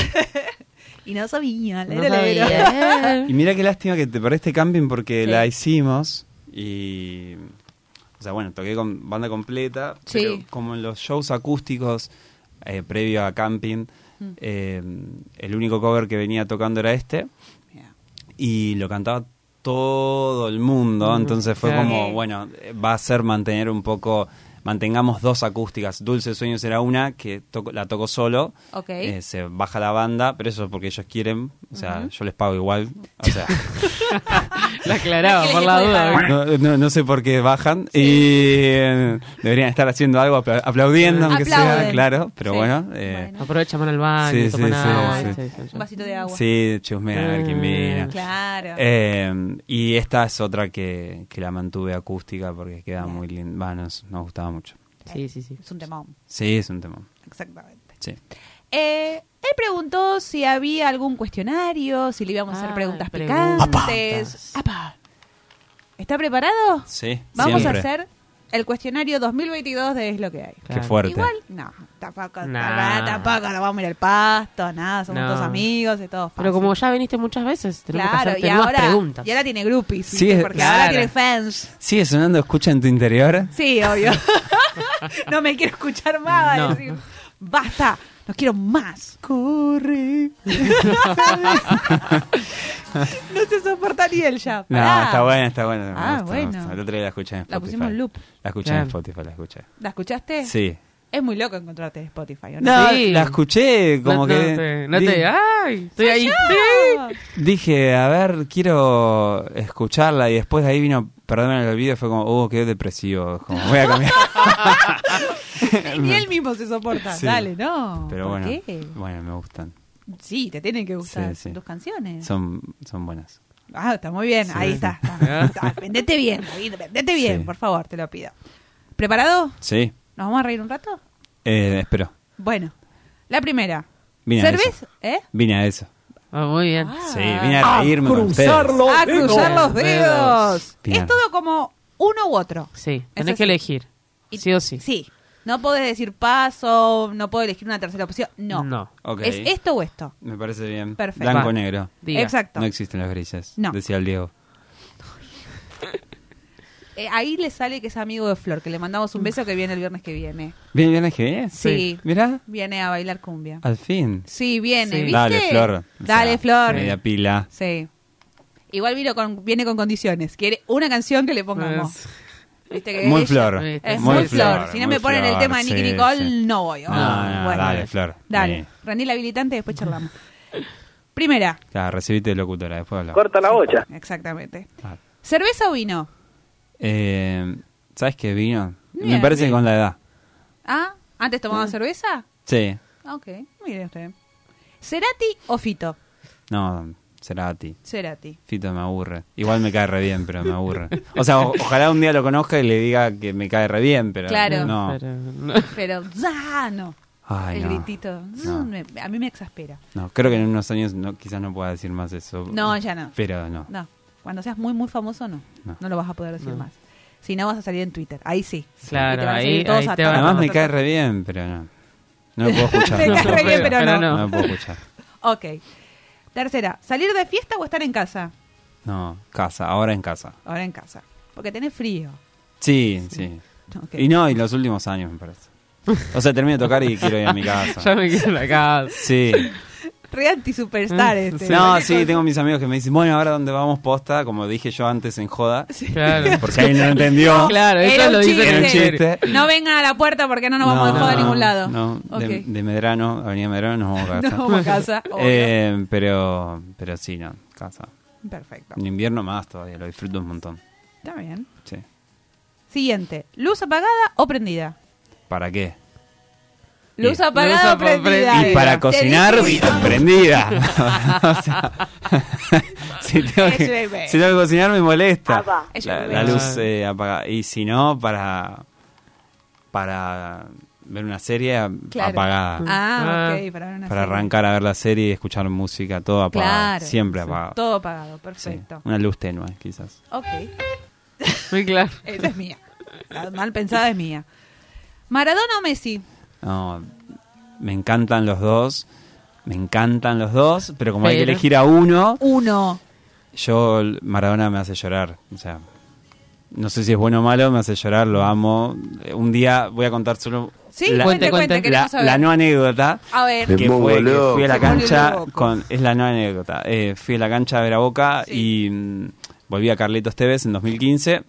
Speaker 2: y no sabía,
Speaker 3: No
Speaker 2: lero, lero.
Speaker 3: sabía.
Speaker 4: Y mira qué lástima que te perdiste camping porque la hicimos y... O sea, bueno, toqué con banda completa,
Speaker 2: Sí.
Speaker 4: pero como en los shows acústicos eh, previo a camping,
Speaker 2: Mm.
Speaker 4: eh, el único cover que venía tocando era este y lo cantaba todo el mundo, entonces fue
Speaker 3: claro.
Speaker 4: como,
Speaker 2: Mm, Sí.
Speaker 4: bueno, eh, va a ser mantener un poco, mantengamos dos acústicas, Dulce Sueños era una que toco- la toco solo,
Speaker 2: Ok.
Speaker 4: eh, se baja la banda, pero eso es porque ellos quieren, o sea, yo les pago igual, o sea,
Speaker 3: La aclaraba
Speaker 2: Es que
Speaker 3: por
Speaker 2: les
Speaker 3: la
Speaker 2: dejó
Speaker 3: duda.
Speaker 2: dejar.
Speaker 4: no, no- no sé por qué bajan y eh, deberían estar haciendo algo, apla- aplaudiendo, aunque sea,
Speaker 2: Aplauden.
Speaker 4: claro, pero
Speaker 2: Sí.
Speaker 4: bueno. eh,
Speaker 2: Bueno. Ah,
Speaker 3: Aprovecha, van al baño,
Speaker 4: Sí,
Speaker 3: toman
Speaker 4: sí, sí,
Speaker 3: agua,
Speaker 4: sí.
Speaker 3: ¿viste? Dicen,
Speaker 2: Un vasito de agua.
Speaker 4: Sí, chusmea, a ver quién viene.
Speaker 3: Mm.
Speaker 2: Claro.
Speaker 4: Eh, y esta es otra que, que la mantuve acústica porque queda muy linda. Va, nos, nos gustaba mucho.
Speaker 3: Sí, sí, sí.
Speaker 2: Es un temón,
Speaker 4: Sí, es un tema.
Speaker 2: exactamente.
Speaker 4: Sí.
Speaker 2: Eh, él preguntó si había algún cuestionario, si le íbamos a hacer
Speaker 3: Ah,
Speaker 2: preguntas
Speaker 3: preguntas.
Speaker 2: picantes. Apa. ¿Está preparado?
Speaker 4: Sí,
Speaker 2: Vamos
Speaker 4: siempre.
Speaker 2: a hacer el cuestionario 2022 de Es lo que hay.
Speaker 4: Qué
Speaker 3: Claro.
Speaker 4: fuerte.
Speaker 2: Igual, no, tampoco,
Speaker 3: Nah.
Speaker 2: tampoco nos vamos a ir al pasto, nada, somos
Speaker 3: No.
Speaker 2: todos amigos y todo fácil.
Speaker 3: Pero como ya viniste muchas veces, tenemos que
Speaker 2: claro,
Speaker 3: hacerte
Speaker 2: y
Speaker 3: nuevas
Speaker 2: ahora,
Speaker 3: preguntas.
Speaker 2: y ahora tiene groupies,
Speaker 4: Sí,
Speaker 2: ¿viste?
Speaker 4: es-
Speaker 2: porque ahora
Speaker 3: claro.
Speaker 2: tiene fans.
Speaker 4: ¿Sigue sonando escucha en tu interior?
Speaker 2: Sí, obvio. no me quiero escuchar más.
Speaker 3: No.
Speaker 2: decir, Basta, no quiero más. Corre. no se soporta ni él ya.
Speaker 4: No,
Speaker 2: pará.
Speaker 4: está buena, está buena. me
Speaker 2: Ah,
Speaker 4: gusta, me
Speaker 2: bueno.
Speaker 4: gusta. El otro día la escuché en
Speaker 2: La
Speaker 4: Spotify.
Speaker 2: pusimos en loop.
Speaker 4: La escuché en
Speaker 3: Claro.
Speaker 4: Spotify, la escuché.
Speaker 2: ¿La escuchaste?
Speaker 4: Sí.
Speaker 2: Es muy loco encontrarte en Spotify, ¿o no?
Speaker 4: No,
Speaker 3: Sí.
Speaker 4: la escuché
Speaker 3: no,
Speaker 4: como que.
Speaker 3: No te, no te-
Speaker 4: di-
Speaker 3: ¡Ay! Estoy ahí.
Speaker 2: Ah,
Speaker 4: Dije, a ver, quiero escucharla. Y después de ahí vino, perdón el olvido, fue como, oh, qué depresivo. Como, voy a cambiar.
Speaker 2: Ni él mismo se soporta.
Speaker 4: Sí.
Speaker 2: Dale, no.
Speaker 4: Pero
Speaker 2: ¿por
Speaker 4: bueno,
Speaker 2: qué?
Speaker 4: bueno, me gustan.
Speaker 2: Sí, te tienen que gustar
Speaker 4: Sí, sí.
Speaker 2: tus canciones.
Speaker 4: Son, son buenas.
Speaker 2: Ah, está muy bien. Ahí está. está, está. Vendete bien, David, vendete bien,
Speaker 4: Sí.
Speaker 2: por favor, te lo pido. ¿Preparado?
Speaker 4: Sí,
Speaker 2: ¿Nos vamos a reír un rato?
Speaker 4: eh, espero.
Speaker 2: Bueno, la primera.
Speaker 4: Vine a
Speaker 2: ¿Cerveza?
Speaker 4: eso.
Speaker 2: ¿Eh?
Speaker 4: Vine a eso.
Speaker 3: Ah, muy bien.
Speaker 4: Sí, vine
Speaker 2: Ah,
Speaker 4: a reírme con ustedes.
Speaker 2: a cruzar los dedos.
Speaker 3: dedos.
Speaker 4: Bien.
Speaker 2: Es todo como uno u otro.
Speaker 3: Sí,
Speaker 2: Es
Speaker 3: tenés
Speaker 2: así.
Speaker 3: que elegir.
Speaker 2: Y-
Speaker 3: Sí o sí.
Speaker 2: Sí. No podés decir paso, no puedo elegir una tercera opción. No.
Speaker 3: No.
Speaker 4: Ok.
Speaker 2: Es esto o esto.
Speaker 4: Me parece bien.
Speaker 2: Perfecto.
Speaker 4: Blanco
Speaker 3: Va.
Speaker 4: negro.
Speaker 3: Diga.
Speaker 2: Exacto.
Speaker 4: No existen las grillas.
Speaker 2: No.
Speaker 4: Decía el Diego.
Speaker 2: Eh, ahí le sale que es amigo de Flor, que le mandamos un beso que viene el viernes que viene.
Speaker 4: ¿Bien, bien, que viene?
Speaker 2: Sí.
Speaker 4: Mirá,
Speaker 2: Viene a bailar cumbia.
Speaker 4: al fin.
Speaker 2: Sí, viene,
Speaker 3: Sí.
Speaker 2: ¿viste?
Speaker 4: Ah. Dale, Flor. O
Speaker 2: Dale,
Speaker 4: sea,
Speaker 2: Flor.
Speaker 4: Media pila.
Speaker 2: Sí. Igual vino con, viene con condiciones. Quiere una canción que le pongamos.
Speaker 3: Es-
Speaker 2: Viste que
Speaker 4: Muy
Speaker 2: ella-
Speaker 4: Flor.
Speaker 2: Es muy,
Speaker 3: Muy
Speaker 2: flor. Si no
Speaker 4: muy
Speaker 2: me ponen el
Speaker 4: Flor,
Speaker 2: tema de Nicky
Speaker 4: sí,
Speaker 2: Nicole,
Speaker 4: sí.
Speaker 2: no voy. ¿o?
Speaker 4: No, no,
Speaker 2: Bueno.
Speaker 4: dale, Flor.
Speaker 2: Dale.
Speaker 4: Eh,
Speaker 2: Rendí la habilitante y después charlamos. Primera.
Speaker 4: ya, recibite de locutora, después hablamos.
Speaker 6: Corta la bocha.
Speaker 2: Exactamente.
Speaker 4: Ah.
Speaker 2: ¿Cerveza o vino?
Speaker 4: Eh, ¿Sabes qué vino?
Speaker 2: Bien.
Speaker 4: Me parece que con la edad.
Speaker 2: ¿Ah? ¿Antes tomaba cerveza? Ah,
Speaker 4: Sí.
Speaker 2: Ok, mire usted. ¿Cerati o Fito?
Speaker 4: No, será a ti.
Speaker 2: Cerati.
Speaker 4: Fito me aburre. Igual me cae re bien, pero me aburre. O sea, o- ojalá un día lo conozca y le diga que me cae re bien, pero
Speaker 2: Claro.
Speaker 4: no.
Speaker 3: Pero no.
Speaker 2: Pero, ¡ah, no!
Speaker 4: Ay,
Speaker 2: el
Speaker 4: no.
Speaker 2: gritito. Mm,
Speaker 4: No.
Speaker 2: me- a mí me exaspera.
Speaker 4: No, creo que en unos años no, quizás no pueda decir más eso.
Speaker 2: No, ya no.
Speaker 4: Pero no.
Speaker 2: No, cuando seas muy, muy famoso, no. No,
Speaker 4: No.
Speaker 2: lo vas a poder decir más. Si no, vas a salir en Twitter. Ahí sí.
Speaker 3: Claro,
Speaker 2: Y van a
Speaker 3: ahí-
Speaker 2: seguir todos
Speaker 3: ahí te
Speaker 2: atados.
Speaker 3: van a
Speaker 4: Además me cae re bien, pero no. No lo puedo escuchar.
Speaker 2: Te
Speaker 4: no,
Speaker 2: cae
Speaker 4: lo
Speaker 2: re
Speaker 4: puedo.
Speaker 2: bien, pero no.
Speaker 4: No lo puedo escuchar.
Speaker 2: Ok. Tercera, ¿salir de fiesta o estar en casa?
Speaker 4: No, casa, ahora en casa.
Speaker 2: Ahora en casa. Porque tenés frío.
Speaker 4: Sí, sí.
Speaker 2: Ok.
Speaker 4: Y no, y los últimos años me parece. O sea, termino de tocar y quiero ir a mi
Speaker 3: Ya
Speaker 4: casa.
Speaker 3: me quedo en la casa.
Speaker 4: Sí.
Speaker 2: Re anti-superstar este.
Speaker 4: Mm, No, sí, tengo mis amigos que me dicen, bueno, ahora dónde vamos posta, como dije yo antes en joda.
Speaker 3: Claro.
Speaker 4: Porque alguien no lo entendió.
Speaker 3: Claro,
Speaker 2: Era
Speaker 3: eso
Speaker 2: un
Speaker 3: lo dicen en
Speaker 4: chiste.
Speaker 3: chiste.
Speaker 4: Era un chiste.
Speaker 2: No vengan a la puerta porque no nos vamos de joda a ningún lado.
Speaker 4: No,
Speaker 2: Ok.
Speaker 4: de, de Medrano, Avenida Medrano, nos vamos a
Speaker 2: Nos
Speaker 4: casa.
Speaker 2: vamos a casa. obvio.
Speaker 4: Eh, pero, pero sí, no, casa.
Speaker 2: Perfecto.
Speaker 4: En invierno más todavía, lo disfruto un montón.
Speaker 2: Está bien.
Speaker 4: Sí.
Speaker 2: Siguiente, ¿luz apagada o prendida?
Speaker 4: ¿Para qué?
Speaker 2: Luz
Speaker 4: Y-
Speaker 2: apagada o
Speaker 3: luz apagada,
Speaker 2: prendida.
Speaker 4: Y para
Speaker 2: Te
Speaker 4: cocinar,
Speaker 2: dije-
Speaker 4: prendida. O sea, si, tengo
Speaker 2: Es
Speaker 4: que,
Speaker 2: bebé.
Speaker 4: si tengo que cocinar me molesta.
Speaker 2: Es
Speaker 4: La,
Speaker 2: bebé. Ah.
Speaker 4: la luz eh, apagada. Y si no, para, para ver una serie
Speaker 2: Claro.
Speaker 4: apagada.
Speaker 2: Ah,
Speaker 3: Ah.
Speaker 2: ok, para ver una
Speaker 4: para
Speaker 2: serie.
Speaker 4: arrancar a ver la serie y escuchar música, todo apagado.
Speaker 2: Claro.
Speaker 4: Siempre apagado.
Speaker 2: Todo apagado,
Speaker 4: Sí,
Speaker 2: perfecto.
Speaker 4: Una luz tenue, quizás.
Speaker 2: Ok,
Speaker 3: Muy claro.
Speaker 2: esa es mía. La mal pensada es mía. ¿Maradona o Messi?
Speaker 4: No, me encantan los dos. Me encantan los dos, pero como hay que
Speaker 3: Pero-
Speaker 4: elegir a uno,
Speaker 2: Uno.
Speaker 4: Yo, Maradona me hace llorar. O sea, no sé si es bueno o malo, me hace llorar, lo amo. Eh, Un día voy a contar solo
Speaker 2: Sí,
Speaker 4: la,
Speaker 2: cuente, cuente,
Speaker 3: Cuente, cuente.
Speaker 2: queremos
Speaker 4: la-
Speaker 2: saber.
Speaker 4: la no anécdota.
Speaker 2: A ver,
Speaker 4: Que fue que fui a la
Speaker 2: Se pone
Speaker 4: cancha
Speaker 2: loco.
Speaker 4: con. Es la no anécdota. Eh, fui a la cancha a ver a Boca y mm, volví a Carlitos Tevez en 2015.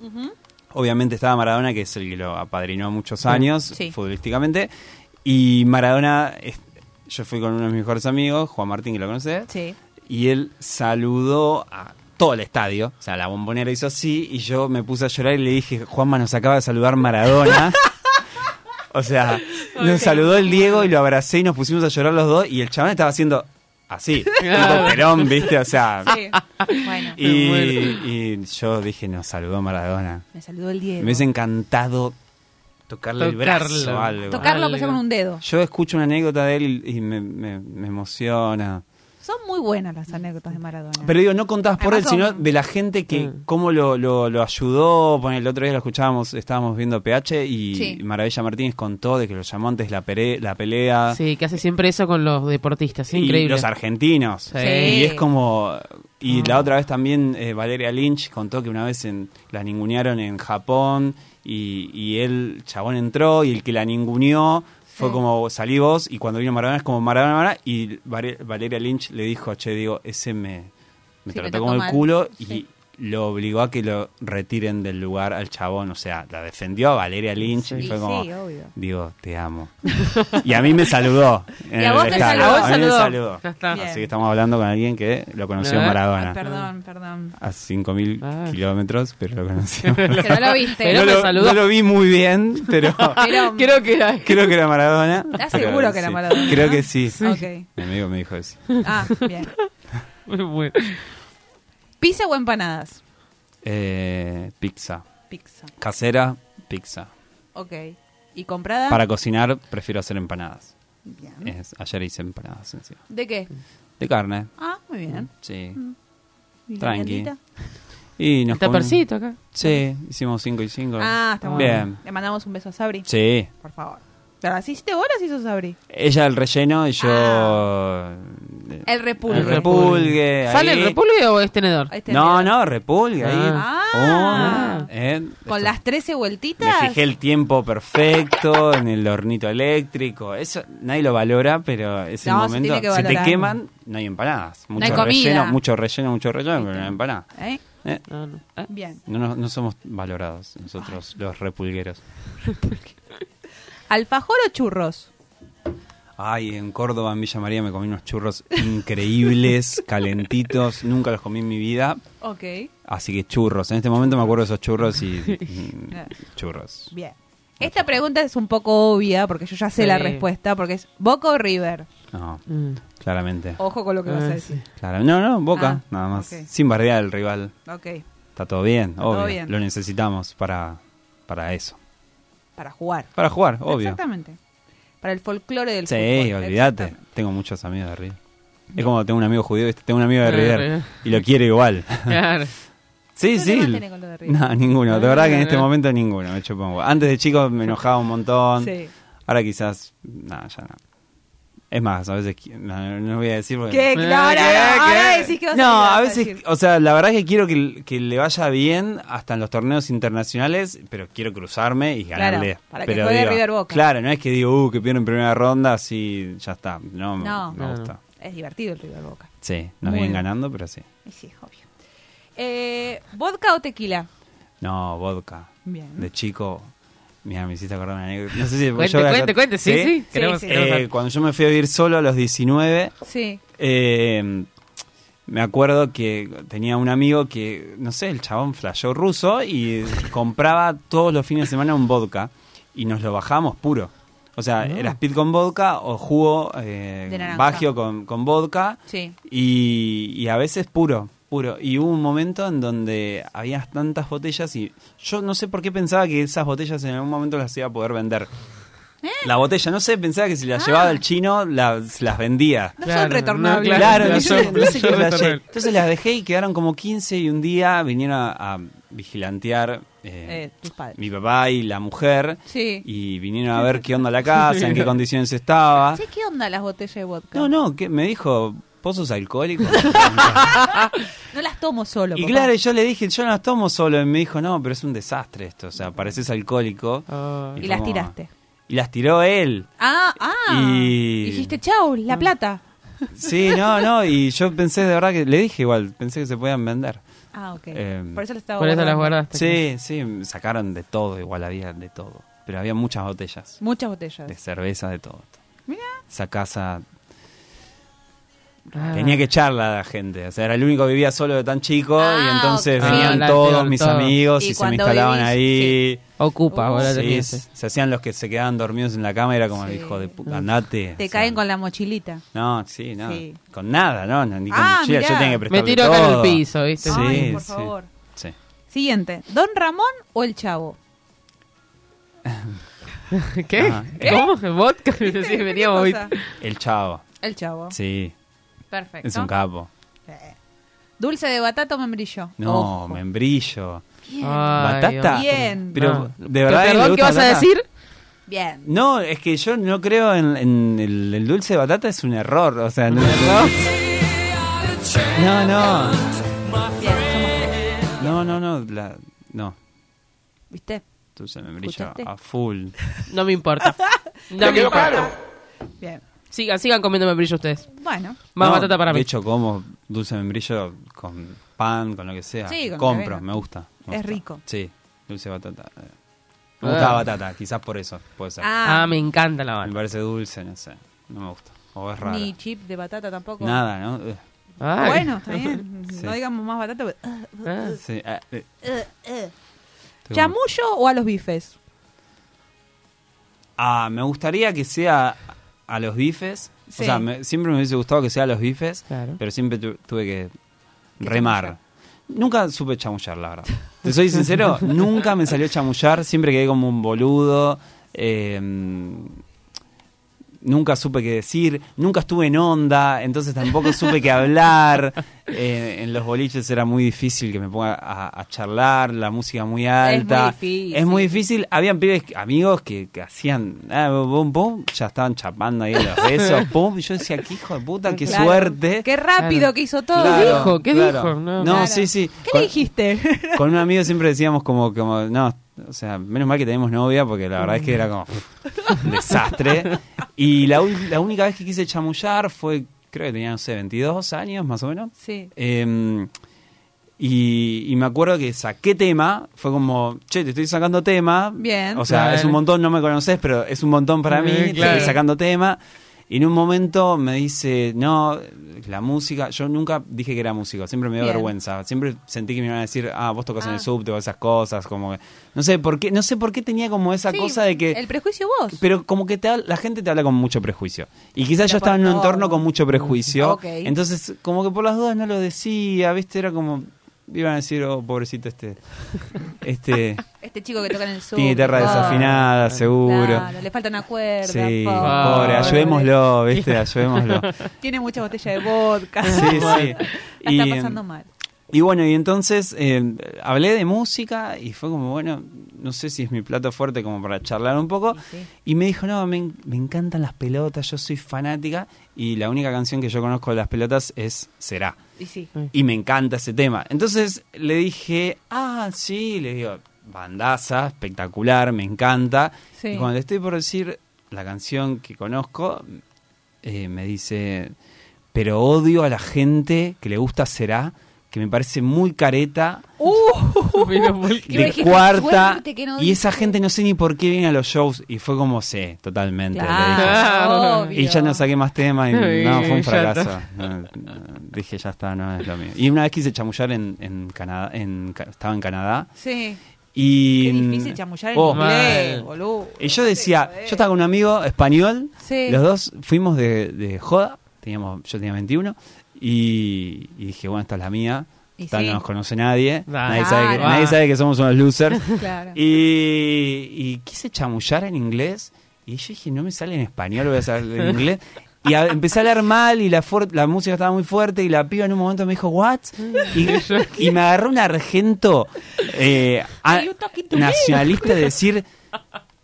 Speaker 4: Obviamente estaba Maradona, que es el que lo apadrinó muchos años
Speaker 2: Sí.
Speaker 4: futbolísticamente. Y Maradona, es- yo fui con uno de mis mejores amigos, Juan Martín, que lo conoce
Speaker 2: sí.
Speaker 4: y él saludó a todo el estadio. O sea, la bombonera hizo así y yo me puse a llorar y le dije, Juanma nos acaba de saludar Maradona. o sea, nos saludó el Diego y lo abracé y nos pusimos a llorar los dos y el chabón estaba haciendo así, tipo Perón, ¿viste? O sea,
Speaker 2: sí. Bueno,
Speaker 4: y, y yo dije, nos saludó Maradona.
Speaker 2: me saludó el Diego.
Speaker 4: Me hubiese encantado tocarle el
Speaker 3: Tocarlo.
Speaker 4: brazo o algo.
Speaker 2: Tocarlo
Speaker 3: Algo.
Speaker 2: que sea con un dedo.
Speaker 4: Yo escucho una anécdota de él y me- me- me emociona.
Speaker 2: Son muy buenas las anécdotas de Maradona.
Speaker 4: Pero digo, no contabas por
Speaker 2: Además
Speaker 4: él, sino
Speaker 2: son-
Speaker 4: de la gente que
Speaker 3: Mm.
Speaker 4: cómo lo, lo, lo ayudó. Bueno, el otro día lo escuchábamos, estábamos viendo PH y
Speaker 2: Sí.
Speaker 4: Maravilla Martínez contó de que lo llamó antes la, pere- la pelea.
Speaker 3: Sí, que hace siempre eso con los deportistas. es
Speaker 4: Ah. Y
Speaker 3: increíble.
Speaker 4: los argentinos.
Speaker 3: Sí.
Speaker 4: Y es como... Y
Speaker 2: Ah.
Speaker 4: la otra vez también eh, Valeria Lynch contó que una vez en, la ningunearon en Japón y, y él, chabón, entró y el que la ninguneó fue
Speaker 2: Sí.
Speaker 4: como salí vos y cuando vino Maradona es como Maradona, Maradona", y Vare- Valeria Lynch le dijo, che, digo, ese me, me
Speaker 2: Sí, me
Speaker 4: trató
Speaker 2: tocó
Speaker 4: como
Speaker 2: mal.
Speaker 4: el culo
Speaker 2: Sí.
Speaker 4: y lo obligó a que lo retiren del lugar al chabón. O sea, la defendió a Valeria Lynch y
Speaker 2: Sí,
Speaker 4: fue como,
Speaker 2: sí, obvio.
Speaker 4: digo, te amo. y a mí me saludó. en
Speaker 2: Y a
Speaker 4: el
Speaker 2: vos te
Speaker 4: estadio.
Speaker 2: saludó.
Speaker 4: A mí me
Speaker 3: Saludó.
Speaker 4: saludó.
Speaker 3: Ya está.
Speaker 4: Así
Speaker 2: Bien.
Speaker 4: que estamos hablando con alguien que lo conoció en
Speaker 3: Ah,
Speaker 2: Ay,
Speaker 4: Maradona.
Speaker 2: perdón, perdón.
Speaker 4: A 5.000
Speaker 3: Ah.
Speaker 4: kilómetros, pero lo conoció.
Speaker 6: Que no lo viste.
Speaker 3: Pero
Speaker 4: no,
Speaker 3: me
Speaker 4: lo,
Speaker 3: saludó.
Speaker 4: no lo vi muy bien, pero
Speaker 6: Pero,
Speaker 3: Ah, Creo que era-
Speaker 4: creo que era Maradona.
Speaker 2: ¿Estás
Speaker 4: Pero
Speaker 2: seguro que era
Speaker 4: sí.
Speaker 2: Maradona,
Speaker 4: Creo
Speaker 2: no?
Speaker 4: que sí.
Speaker 2: Ok.
Speaker 4: Mi amigo me dijo eso.
Speaker 2: Ah, bien.
Speaker 3: Muy bueno.
Speaker 2: ¿Pizza o empanadas?
Speaker 4: Eh, pizza.
Speaker 2: Pizza.
Speaker 4: Casera, pizza.
Speaker 2: Ok. ¿Y comprada?
Speaker 4: Para cocinar prefiero hacer empanadas.
Speaker 2: Bien.
Speaker 4: Es- ayer hice empanadas encima.
Speaker 2: ¿De qué?
Speaker 4: De carne,
Speaker 2: Ah, muy bien.
Speaker 4: sí.
Speaker 2: Mm. ¿Y la
Speaker 4: Tranqui.
Speaker 2: viandita?
Speaker 4: Y nos
Speaker 3: El tapercito acá.
Speaker 4: Sí, hicimos 5 y 5.
Speaker 2: Ah, está muy
Speaker 4: bien.
Speaker 2: bien. Le mandamos un beso a Sabri.
Speaker 4: Sí.
Speaker 2: Por favor. ¿Pero así hiciste vos o las hizo Sabri?
Speaker 4: Ella el relleno y yo...
Speaker 2: Ah.
Speaker 4: eh,
Speaker 6: el repulgue.
Speaker 4: El repulgue.
Speaker 3: ¿Sale
Speaker 4: ahí.
Speaker 3: el repulgue o es tenedor?
Speaker 2: Ahí está.
Speaker 4: No, no, repulgue ahí.
Speaker 3: Ah.
Speaker 2: Este Ah.
Speaker 4: Oh, eh,
Speaker 2: Con
Speaker 4: esto-
Speaker 2: las 13
Speaker 4: Me
Speaker 2: vueltitas.
Speaker 4: fijé el tiempo perfecto en el hornito eléctrico. Eso nadie lo valora, pero es el
Speaker 2: No, se
Speaker 4: momento.
Speaker 2: tiene que
Speaker 4: Si te
Speaker 2: valorar.
Speaker 4: queman, no hay empanadas. Mucho
Speaker 6: hay comida.
Speaker 4: relleno, mucho relleno, mucho relleno, pero no hay empanada.
Speaker 2: ¿Eh?
Speaker 4: Eh,
Speaker 3: No, no. Ah,
Speaker 2: Bien.
Speaker 4: no, no- no somos valorados nosotros, los repulgueros.
Speaker 2: ¿Alfajor o churros?
Speaker 4: Ay, en Córdoba, en Villa María, me comí unos churros increíbles, calentitos. Nunca los comí en mi vida.
Speaker 2: Ok.
Speaker 4: Así que churros. En este momento me acuerdo de esos churros y. mm, churros.
Speaker 2: Bien. Esta pregunta es un poco obvia porque yo ya sé
Speaker 3: Sí.
Speaker 2: la respuesta porque es Boca o River.
Speaker 4: No,
Speaker 3: mm.
Speaker 4: claramente.
Speaker 2: Ojo con lo que vas a
Speaker 4: Eh,
Speaker 3: Ah,
Speaker 2: decir.
Speaker 4: Claro. No, no, boca,
Speaker 2: Oh. Ah,
Speaker 4: nada más.
Speaker 2: ok.
Speaker 4: Sin bardear al rival.
Speaker 2: Ok.
Speaker 4: Está todo bien,
Speaker 2: todo
Speaker 4: obvio.
Speaker 2: bien.
Speaker 4: Lo necesitamos para, para eso.
Speaker 2: Para jugar.
Speaker 4: Para jugar, obvio.
Speaker 2: Exactamente. Para el folclore del
Speaker 4: Sí,
Speaker 2: fútbol.
Speaker 4: olvídate.
Speaker 2: Exactamente.
Speaker 4: Tengo muchos amigos de River. Es como tengo un amigo judío, ¿viste? tengo un amigo
Speaker 2: Eh.
Speaker 4: de
Speaker 3: Ah,
Speaker 4: River
Speaker 3: River.
Speaker 4: y lo quiero igual.
Speaker 3: Claro.
Speaker 4: sí,
Speaker 2: ¿Qué problema
Speaker 4: sí.
Speaker 2: tenés con lo de River?
Speaker 4: No, ninguno. De verdad que en este
Speaker 3: Ah.
Speaker 4: momento ninguno. Me chupa un huevo. Antes de chico me enojaba un montón.
Speaker 2: Sí.
Speaker 4: Ahora quizás, nada, ya no. Es más, a veces qui- no, no voy a decir porque-
Speaker 2: ¿Qué?
Speaker 3: Eh,
Speaker 2: No, no,
Speaker 3: ¿qué?
Speaker 2: no, ahora
Speaker 3: ¿qué?
Speaker 2: decís que vas a
Speaker 4: No,
Speaker 2: vas
Speaker 4: a veces,
Speaker 2: decir.
Speaker 4: o sea, la verdad es que quiero que, que le vaya bien hasta en los torneos internacionales, pero quiero cruzarme y
Speaker 2: Claro,
Speaker 4: ganarle.
Speaker 2: para que
Speaker 4: pero
Speaker 2: juegue
Speaker 4: digo,
Speaker 2: River Boca.
Speaker 4: Claro, no es que digo, uh, que pierdo en primera ronda, así ya está. No, me-
Speaker 2: No.
Speaker 4: me
Speaker 3: No.
Speaker 4: gusta.
Speaker 2: Es divertido el River Boca.
Speaker 4: Sí, nos
Speaker 2: Muy bien.
Speaker 4: vienen ganando, pero sí.
Speaker 2: Y Sí, obvio. Eh, ¿Vodka o tequila?
Speaker 4: No, vodka.
Speaker 2: Bien.
Speaker 4: De chico, mira, me hiciste acordar una anécdota. No sé si
Speaker 3: Cuente,
Speaker 4: pues yo voy a-
Speaker 3: cuente, cuente. Sí, sí. Queremos-
Speaker 2: sí.
Speaker 4: Eh,
Speaker 3: queremos saber.
Speaker 4: cuando yo me fui a vivir solo a los 19,
Speaker 2: Sí.
Speaker 4: Eh, me acuerdo que tenía un amigo que, no sé, el chabón flasheó ruso y compraba todos los fines de semana un vodka y nos lo bajábamos puro. O sea, era speed con vodka o jugo
Speaker 2: Ah. De
Speaker 4: eh,
Speaker 2: naranja.
Speaker 4: bagio con, con vodka
Speaker 2: Sí.
Speaker 4: y, y a veces puro, puro. Y hubo un momento en donde había tantas botellas y yo no sé por qué pensaba que esas botellas en algún momento las iba a poder vender.
Speaker 2: ¿Eh?
Speaker 4: La botella, no sé, pensaba que si la
Speaker 2: Ah.
Speaker 4: llevaba el chino la- se las vendía.
Speaker 2: No
Speaker 3: Claro,
Speaker 2: son retornables.
Speaker 3: no,
Speaker 4: Claro,
Speaker 3: Claro,
Speaker 4: no sé-
Speaker 3: son-
Speaker 4: no sé qué
Speaker 3: son
Speaker 4: flashé.
Speaker 3: retornables.
Speaker 4: Entonces las dejé y quedaron como 15 y un día vinieron a, a vigilantear eh,
Speaker 2: Eh, tus padres.
Speaker 4: mi papá y la mujer
Speaker 2: Sí.
Speaker 4: y vinieron a ver qué onda la casa, en qué condiciones estaba.
Speaker 2: Che, ¿qué onda las botellas de vodka?
Speaker 4: No, no, que me dijo, ¿vos sos alcohólico?
Speaker 2: No las tomo solo.
Speaker 4: y
Speaker 2: papá.
Speaker 4: claro, yo le dije, yo no las tomo solo. Y me dijo, no, pero es un desastre esto, o sea, pareces alcohólico.
Speaker 3: Ah.
Speaker 4: Y
Speaker 2: Y las
Speaker 4: como-
Speaker 2: tiraste.
Speaker 4: Y las tiró él.
Speaker 2: Ah, ah.
Speaker 4: Y- Mm.
Speaker 2: Dijiste, chau, la plata.
Speaker 4: Sí, no, no, y yo pensé de verdad que, le dije igual, pensé que se podían vender.
Speaker 2: Ah, ok.
Speaker 4: Em,
Speaker 2: Por eso las estaba
Speaker 3: Por eso las
Speaker 2: guardando.
Speaker 3: guardaste.
Speaker 4: Sí, sí, me sacaron de todo, igual había de todo. Pero había muchas botellas,
Speaker 2: Muchas
Speaker 4: de
Speaker 2: botellas.
Speaker 4: cerveza, de todo.
Speaker 2: Mira.
Speaker 4: Esa casa
Speaker 3: Ah.
Speaker 4: tenía que echarla a la gente. O sea, era el único que vivía solo de tan chico y
Speaker 2: Ah,
Speaker 4: entonces
Speaker 3: ok.
Speaker 4: venían
Speaker 3: Ah, la-
Speaker 4: todos
Speaker 3: todo,
Speaker 4: mis
Speaker 3: todo.
Speaker 4: amigos y,
Speaker 2: Y
Speaker 4: se me
Speaker 2: cuando
Speaker 4: instalaban
Speaker 2: vivís,
Speaker 4: ahí.
Speaker 3: Ocupa, ahora
Speaker 4: Sí,
Speaker 3: te pienso.
Speaker 4: se, se hacían los que se quedaban dormidos en la cama y era como
Speaker 2: Sí.
Speaker 4: el hijo de puta, andate.
Speaker 2: Te
Speaker 4: O sea,
Speaker 2: caen con la mochilita.
Speaker 4: No, sí, no.
Speaker 2: Sí.
Speaker 4: Con nada, no, no, ni con
Speaker 2: Ah,
Speaker 4: mochila, yo
Speaker 2: mirá.
Speaker 4: tenía que prestarle
Speaker 3: Me tiro acá en el
Speaker 4: todo.
Speaker 3: piso, ¿viste?
Speaker 4: Sí,
Speaker 2: Ay, por
Speaker 4: sí.
Speaker 2: favor.
Speaker 4: Sí.
Speaker 2: Siguiente. ¿Don Ramón o el Chavo?
Speaker 3: ¿Qué?
Speaker 4: Ah, ¿eh?
Speaker 3: ¿Cómo? ¿Vodka? Sí, veníamos hoy.
Speaker 2: cosa?
Speaker 4: El chavo,
Speaker 2: El Chavo.
Speaker 4: sí,
Speaker 2: Perfecto.
Speaker 4: es un capo.
Speaker 2: Eh. Dulce de batata o membrillo.
Speaker 4: No,
Speaker 2: Ojo.
Speaker 4: membrillo.
Speaker 2: Bien.
Speaker 3: Ay,
Speaker 4: Batata.
Speaker 3: Dios.
Speaker 2: Bien.
Speaker 4: Pero,
Speaker 3: Ah.
Speaker 4: ¿de verdad
Speaker 3: Pero,
Speaker 4: alguien le
Speaker 3: Perdón, ¿qué
Speaker 4: gusta
Speaker 3: vas a
Speaker 4: batata?
Speaker 3: decir?
Speaker 2: Bien.
Speaker 4: No, es que yo no creo en, en el, el dulce de batata, es un error. O sea, no, no, no,
Speaker 2: Bien. somos-
Speaker 4: no, no, no, la- no.
Speaker 2: ¿Viste?
Speaker 4: Dulce de membrillo
Speaker 2: ¿Escuchaste?
Speaker 4: a full.
Speaker 3: No me importa. No me importa.
Speaker 2: Bien.
Speaker 3: Sigan, sigan comiéndome brillo ustedes.
Speaker 2: Bueno.
Speaker 3: Más
Speaker 4: No,
Speaker 3: batata para
Speaker 4: de
Speaker 3: mí.
Speaker 4: hecho, como dulce de membrillo con pan, con lo que sea.
Speaker 2: Sí, con lo que
Speaker 4: Compro,
Speaker 2: venga.
Speaker 4: me gusta. me
Speaker 2: Es
Speaker 4: gusta.
Speaker 2: rico.
Speaker 4: Sí, dulce de batata. eh. Me
Speaker 3: Ah.
Speaker 4: gusta la batata, quizás por eso, puede ser.
Speaker 3: Ah, me encanta la
Speaker 4: Me
Speaker 3: banda.
Speaker 4: parece dulce, no sé. No me gusta. O es raro.
Speaker 2: ni chip de batata tampoco.
Speaker 4: Nada, ¿no? Eh,
Speaker 3: Ay.
Speaker 2: Bueno, está bien.
Speaker 4: Sí.
Speaker 2: No digamos más batata. porque-
Speaker 3: Ah.
Speaker 4: sí, ah, eh, tengo-
Speaker 2: ¿Chamullo o a los bifes?
Speaker 4: Ah, me gustaría que sea a los bifes.
Speaker 2: Sí.
Speaker 4: O sea, me- siempre me hubiese gustado que sea a los bifes,
Speaker 3: Claro.
Speaker 4: pero siempre tu- tuve que remar. Nunca supe chamullar, la verdad. Te soy sincero, nunca me salió chamullar, siempre quedé como un boludo. eh, nunca supe qué decir, nunca estuve en onda, entonces tampoco supe qué hablar. Eh, en los boliches era muy difícil que me ponga a, a charlar, la música muy alta.
Speaker 2: difícil.
Speaker 4: Es muy difícil. Habían pibes, amigos que, que hacían, ah, pum, pum, ya estaban chapando ahí los besos, pum, y yo decía, qué hijo de puta, qué
Speaker 2: Claro.
Speaker 4: suerte.
Speaker 2: Qué rápido
Speaker 3: Claro.
Speaker 2: que hizo todo.
Speaker 3: Claro. dijo? ¿Qué dijo? No.
Speaker 4: No,
Speaker 3: Claro.
Speaker 4: sí, sí.
Speaker 2: ¿Qué
Speaker 4: Con-
Speaker 2: le dijiste?
Speaker 4: con un amigo siempre decíamos como, como, no, o sea, menos mal que tenemos novia, porque la verdad es que era como pff, un desastre. Y la, ul- la única vez que quise chamullar fue, creo que tenía, no sé, 22 años más o menos.
Speaker 2: Sí.
Speaker 4: Eh, y, y me acuerdo que saqué tema, fue como, che, te estoy sacando tema.
Speaker 2: Bien.
Speaker 4: O sea,
Speaker 3: Claro.
Speaker 4: es un montón, no me conoces, pero es un montón para mí,
Speaker 3: Eh,
Speaker 4: te
Speaker 3: claro.
Speaker 4: estoy sacando tema. Y en un momento me dice, no, la música, yo nunca dije que era músico, siempre me dio
Speaker 2: Bien.
Speaker 4: vergüenza, siempre sentí que me iban a decir, ah, vos tocas en el subte o esas cosas, como que, no sé por qué, no sé por qué tenía como esa
Speaker 2: Sí,
Speaker 4: cosa de que...
Speaker 2: El prejuicio vos.
Speaker 4: Pero como que te hab- la gente te habla con mucho prejuicio. Y quizás
Speaker 2: Pero
Speaker 4: yo estaba
Speaker 2: por
Speaker 4: en un
Speaker 2: todo.
Speaker 4: entorno con mucho prejuicio.
Speaker 2: Ok.
Speaker 4: Entonces, como que por las dudas no lo decía, ¿viste? Era como. Iban a decir, oh, pobrecito, este. Este.
Speaker 2: Este chico que toca en el sur. Ah.
Speaker 4: tiene tierra desafinada, seguro.
Speaker 2: Claro, le falta una cuerda.
Speaker 4: Sí,
Speaker 3: pobre.
Speaker 4: pobre, ayudémoslo, ¿viste? Ayudémoslo.
Speaker 2: Tiene mucha botella de vodka.
Speaker 4: Sí, sí.
Speaker 2: La
Speaker 4: Y,
Speaker 2: está
Speaker 4: em,
Speaker 2: pasando mal.
Speaker 4: Y bueno, y entonces eh, hablé de música y fue como, bueno, no sé si es mi plato fuerte como para charlar un poco.
Speaker 2: Y sí.
Speaker 4: Y me dijo, no, me, en- me encantan las pelotas, yo soy fanática y la única canción que yo conozco de las pelotas es Será.
Speaker 2: Y sí.
Speaker 4: Y me encanta ese tema. Entonces le dije, ah, sí, le digo, bandaza, espectacular, me encanta.
Speaker 2: Sí.
Speaker 4: Y cuando le estoy por decir la canción que conozco, eh, me dice, pero odio a la gente que le gusta Será, que me parece muy careta,
Speaker 2: Uh.
Speaker 3: Menos mal
Speaker 2: Y
Speaker 3: que-
Speaker 2: vos
Speaker 4: de
Speaker 2: dijiste,
Speaker 4: cuarta.
Speaker 2: "Suerte que no
Speaker 4: y esa
Speaker 2: dice".
Speaker 4: gente no sé ni por qué viene a los shows. Y fue como sé, totalmente. le dije.
Speaker 3: Claro.
Speaker 2: Claro.
Speaker 4: Y ya no saqué más temas y
Speaker 3: Sí,
Speaker 4: no, fue un
Speaker 3: ya
Speaker 4: fracaso.
Speaker 3: está.
Speaker 4: No, no, dije, ya está, no es lo mío. Y una vez quise chamullar en, en Canadá, en, Ca- estaba en Canadá.
Speaker 2: Sí.
Speaker 4: Y,
Speaker 2: Qué difícil chamullar en
Speaker 4: Oh,
Speaker 2: inglés,
Speaker 3: mal.
Speaker 2: boludo.
Speaker 4: y yo decía, yo estaba con un amigo español,
Speaker 2: Sí.
Speaker 4: los dos fuimos de, de joda, teníamos, yo tenía 21, y, y dije, bueno, esta es la mía,
Speaker 2: Y
Speaker 4: esta
Speaker 2: sí.
Speaker 4: no nos conoce nadie,
Speaker 3: Nah.
Speaker 4: nadie, sabe que,
Speaker 3: Claro.
Speaker 4: nadie sabe que somos unos losers.
Speaker 2: Claro.
Speaker 4: Y, y quise chamullar en inglés. Y yo dije, no me sale en español, voy a saber en inglés. Y a- empecé a hablar mal y la, fuer- la música estaba muy fuerte y la piba en un momento me dijo, what? Y, y me agarró un argento eh, a-
Speaker 2: Are you talking to me?
Speaker 4: nacionalista de decir,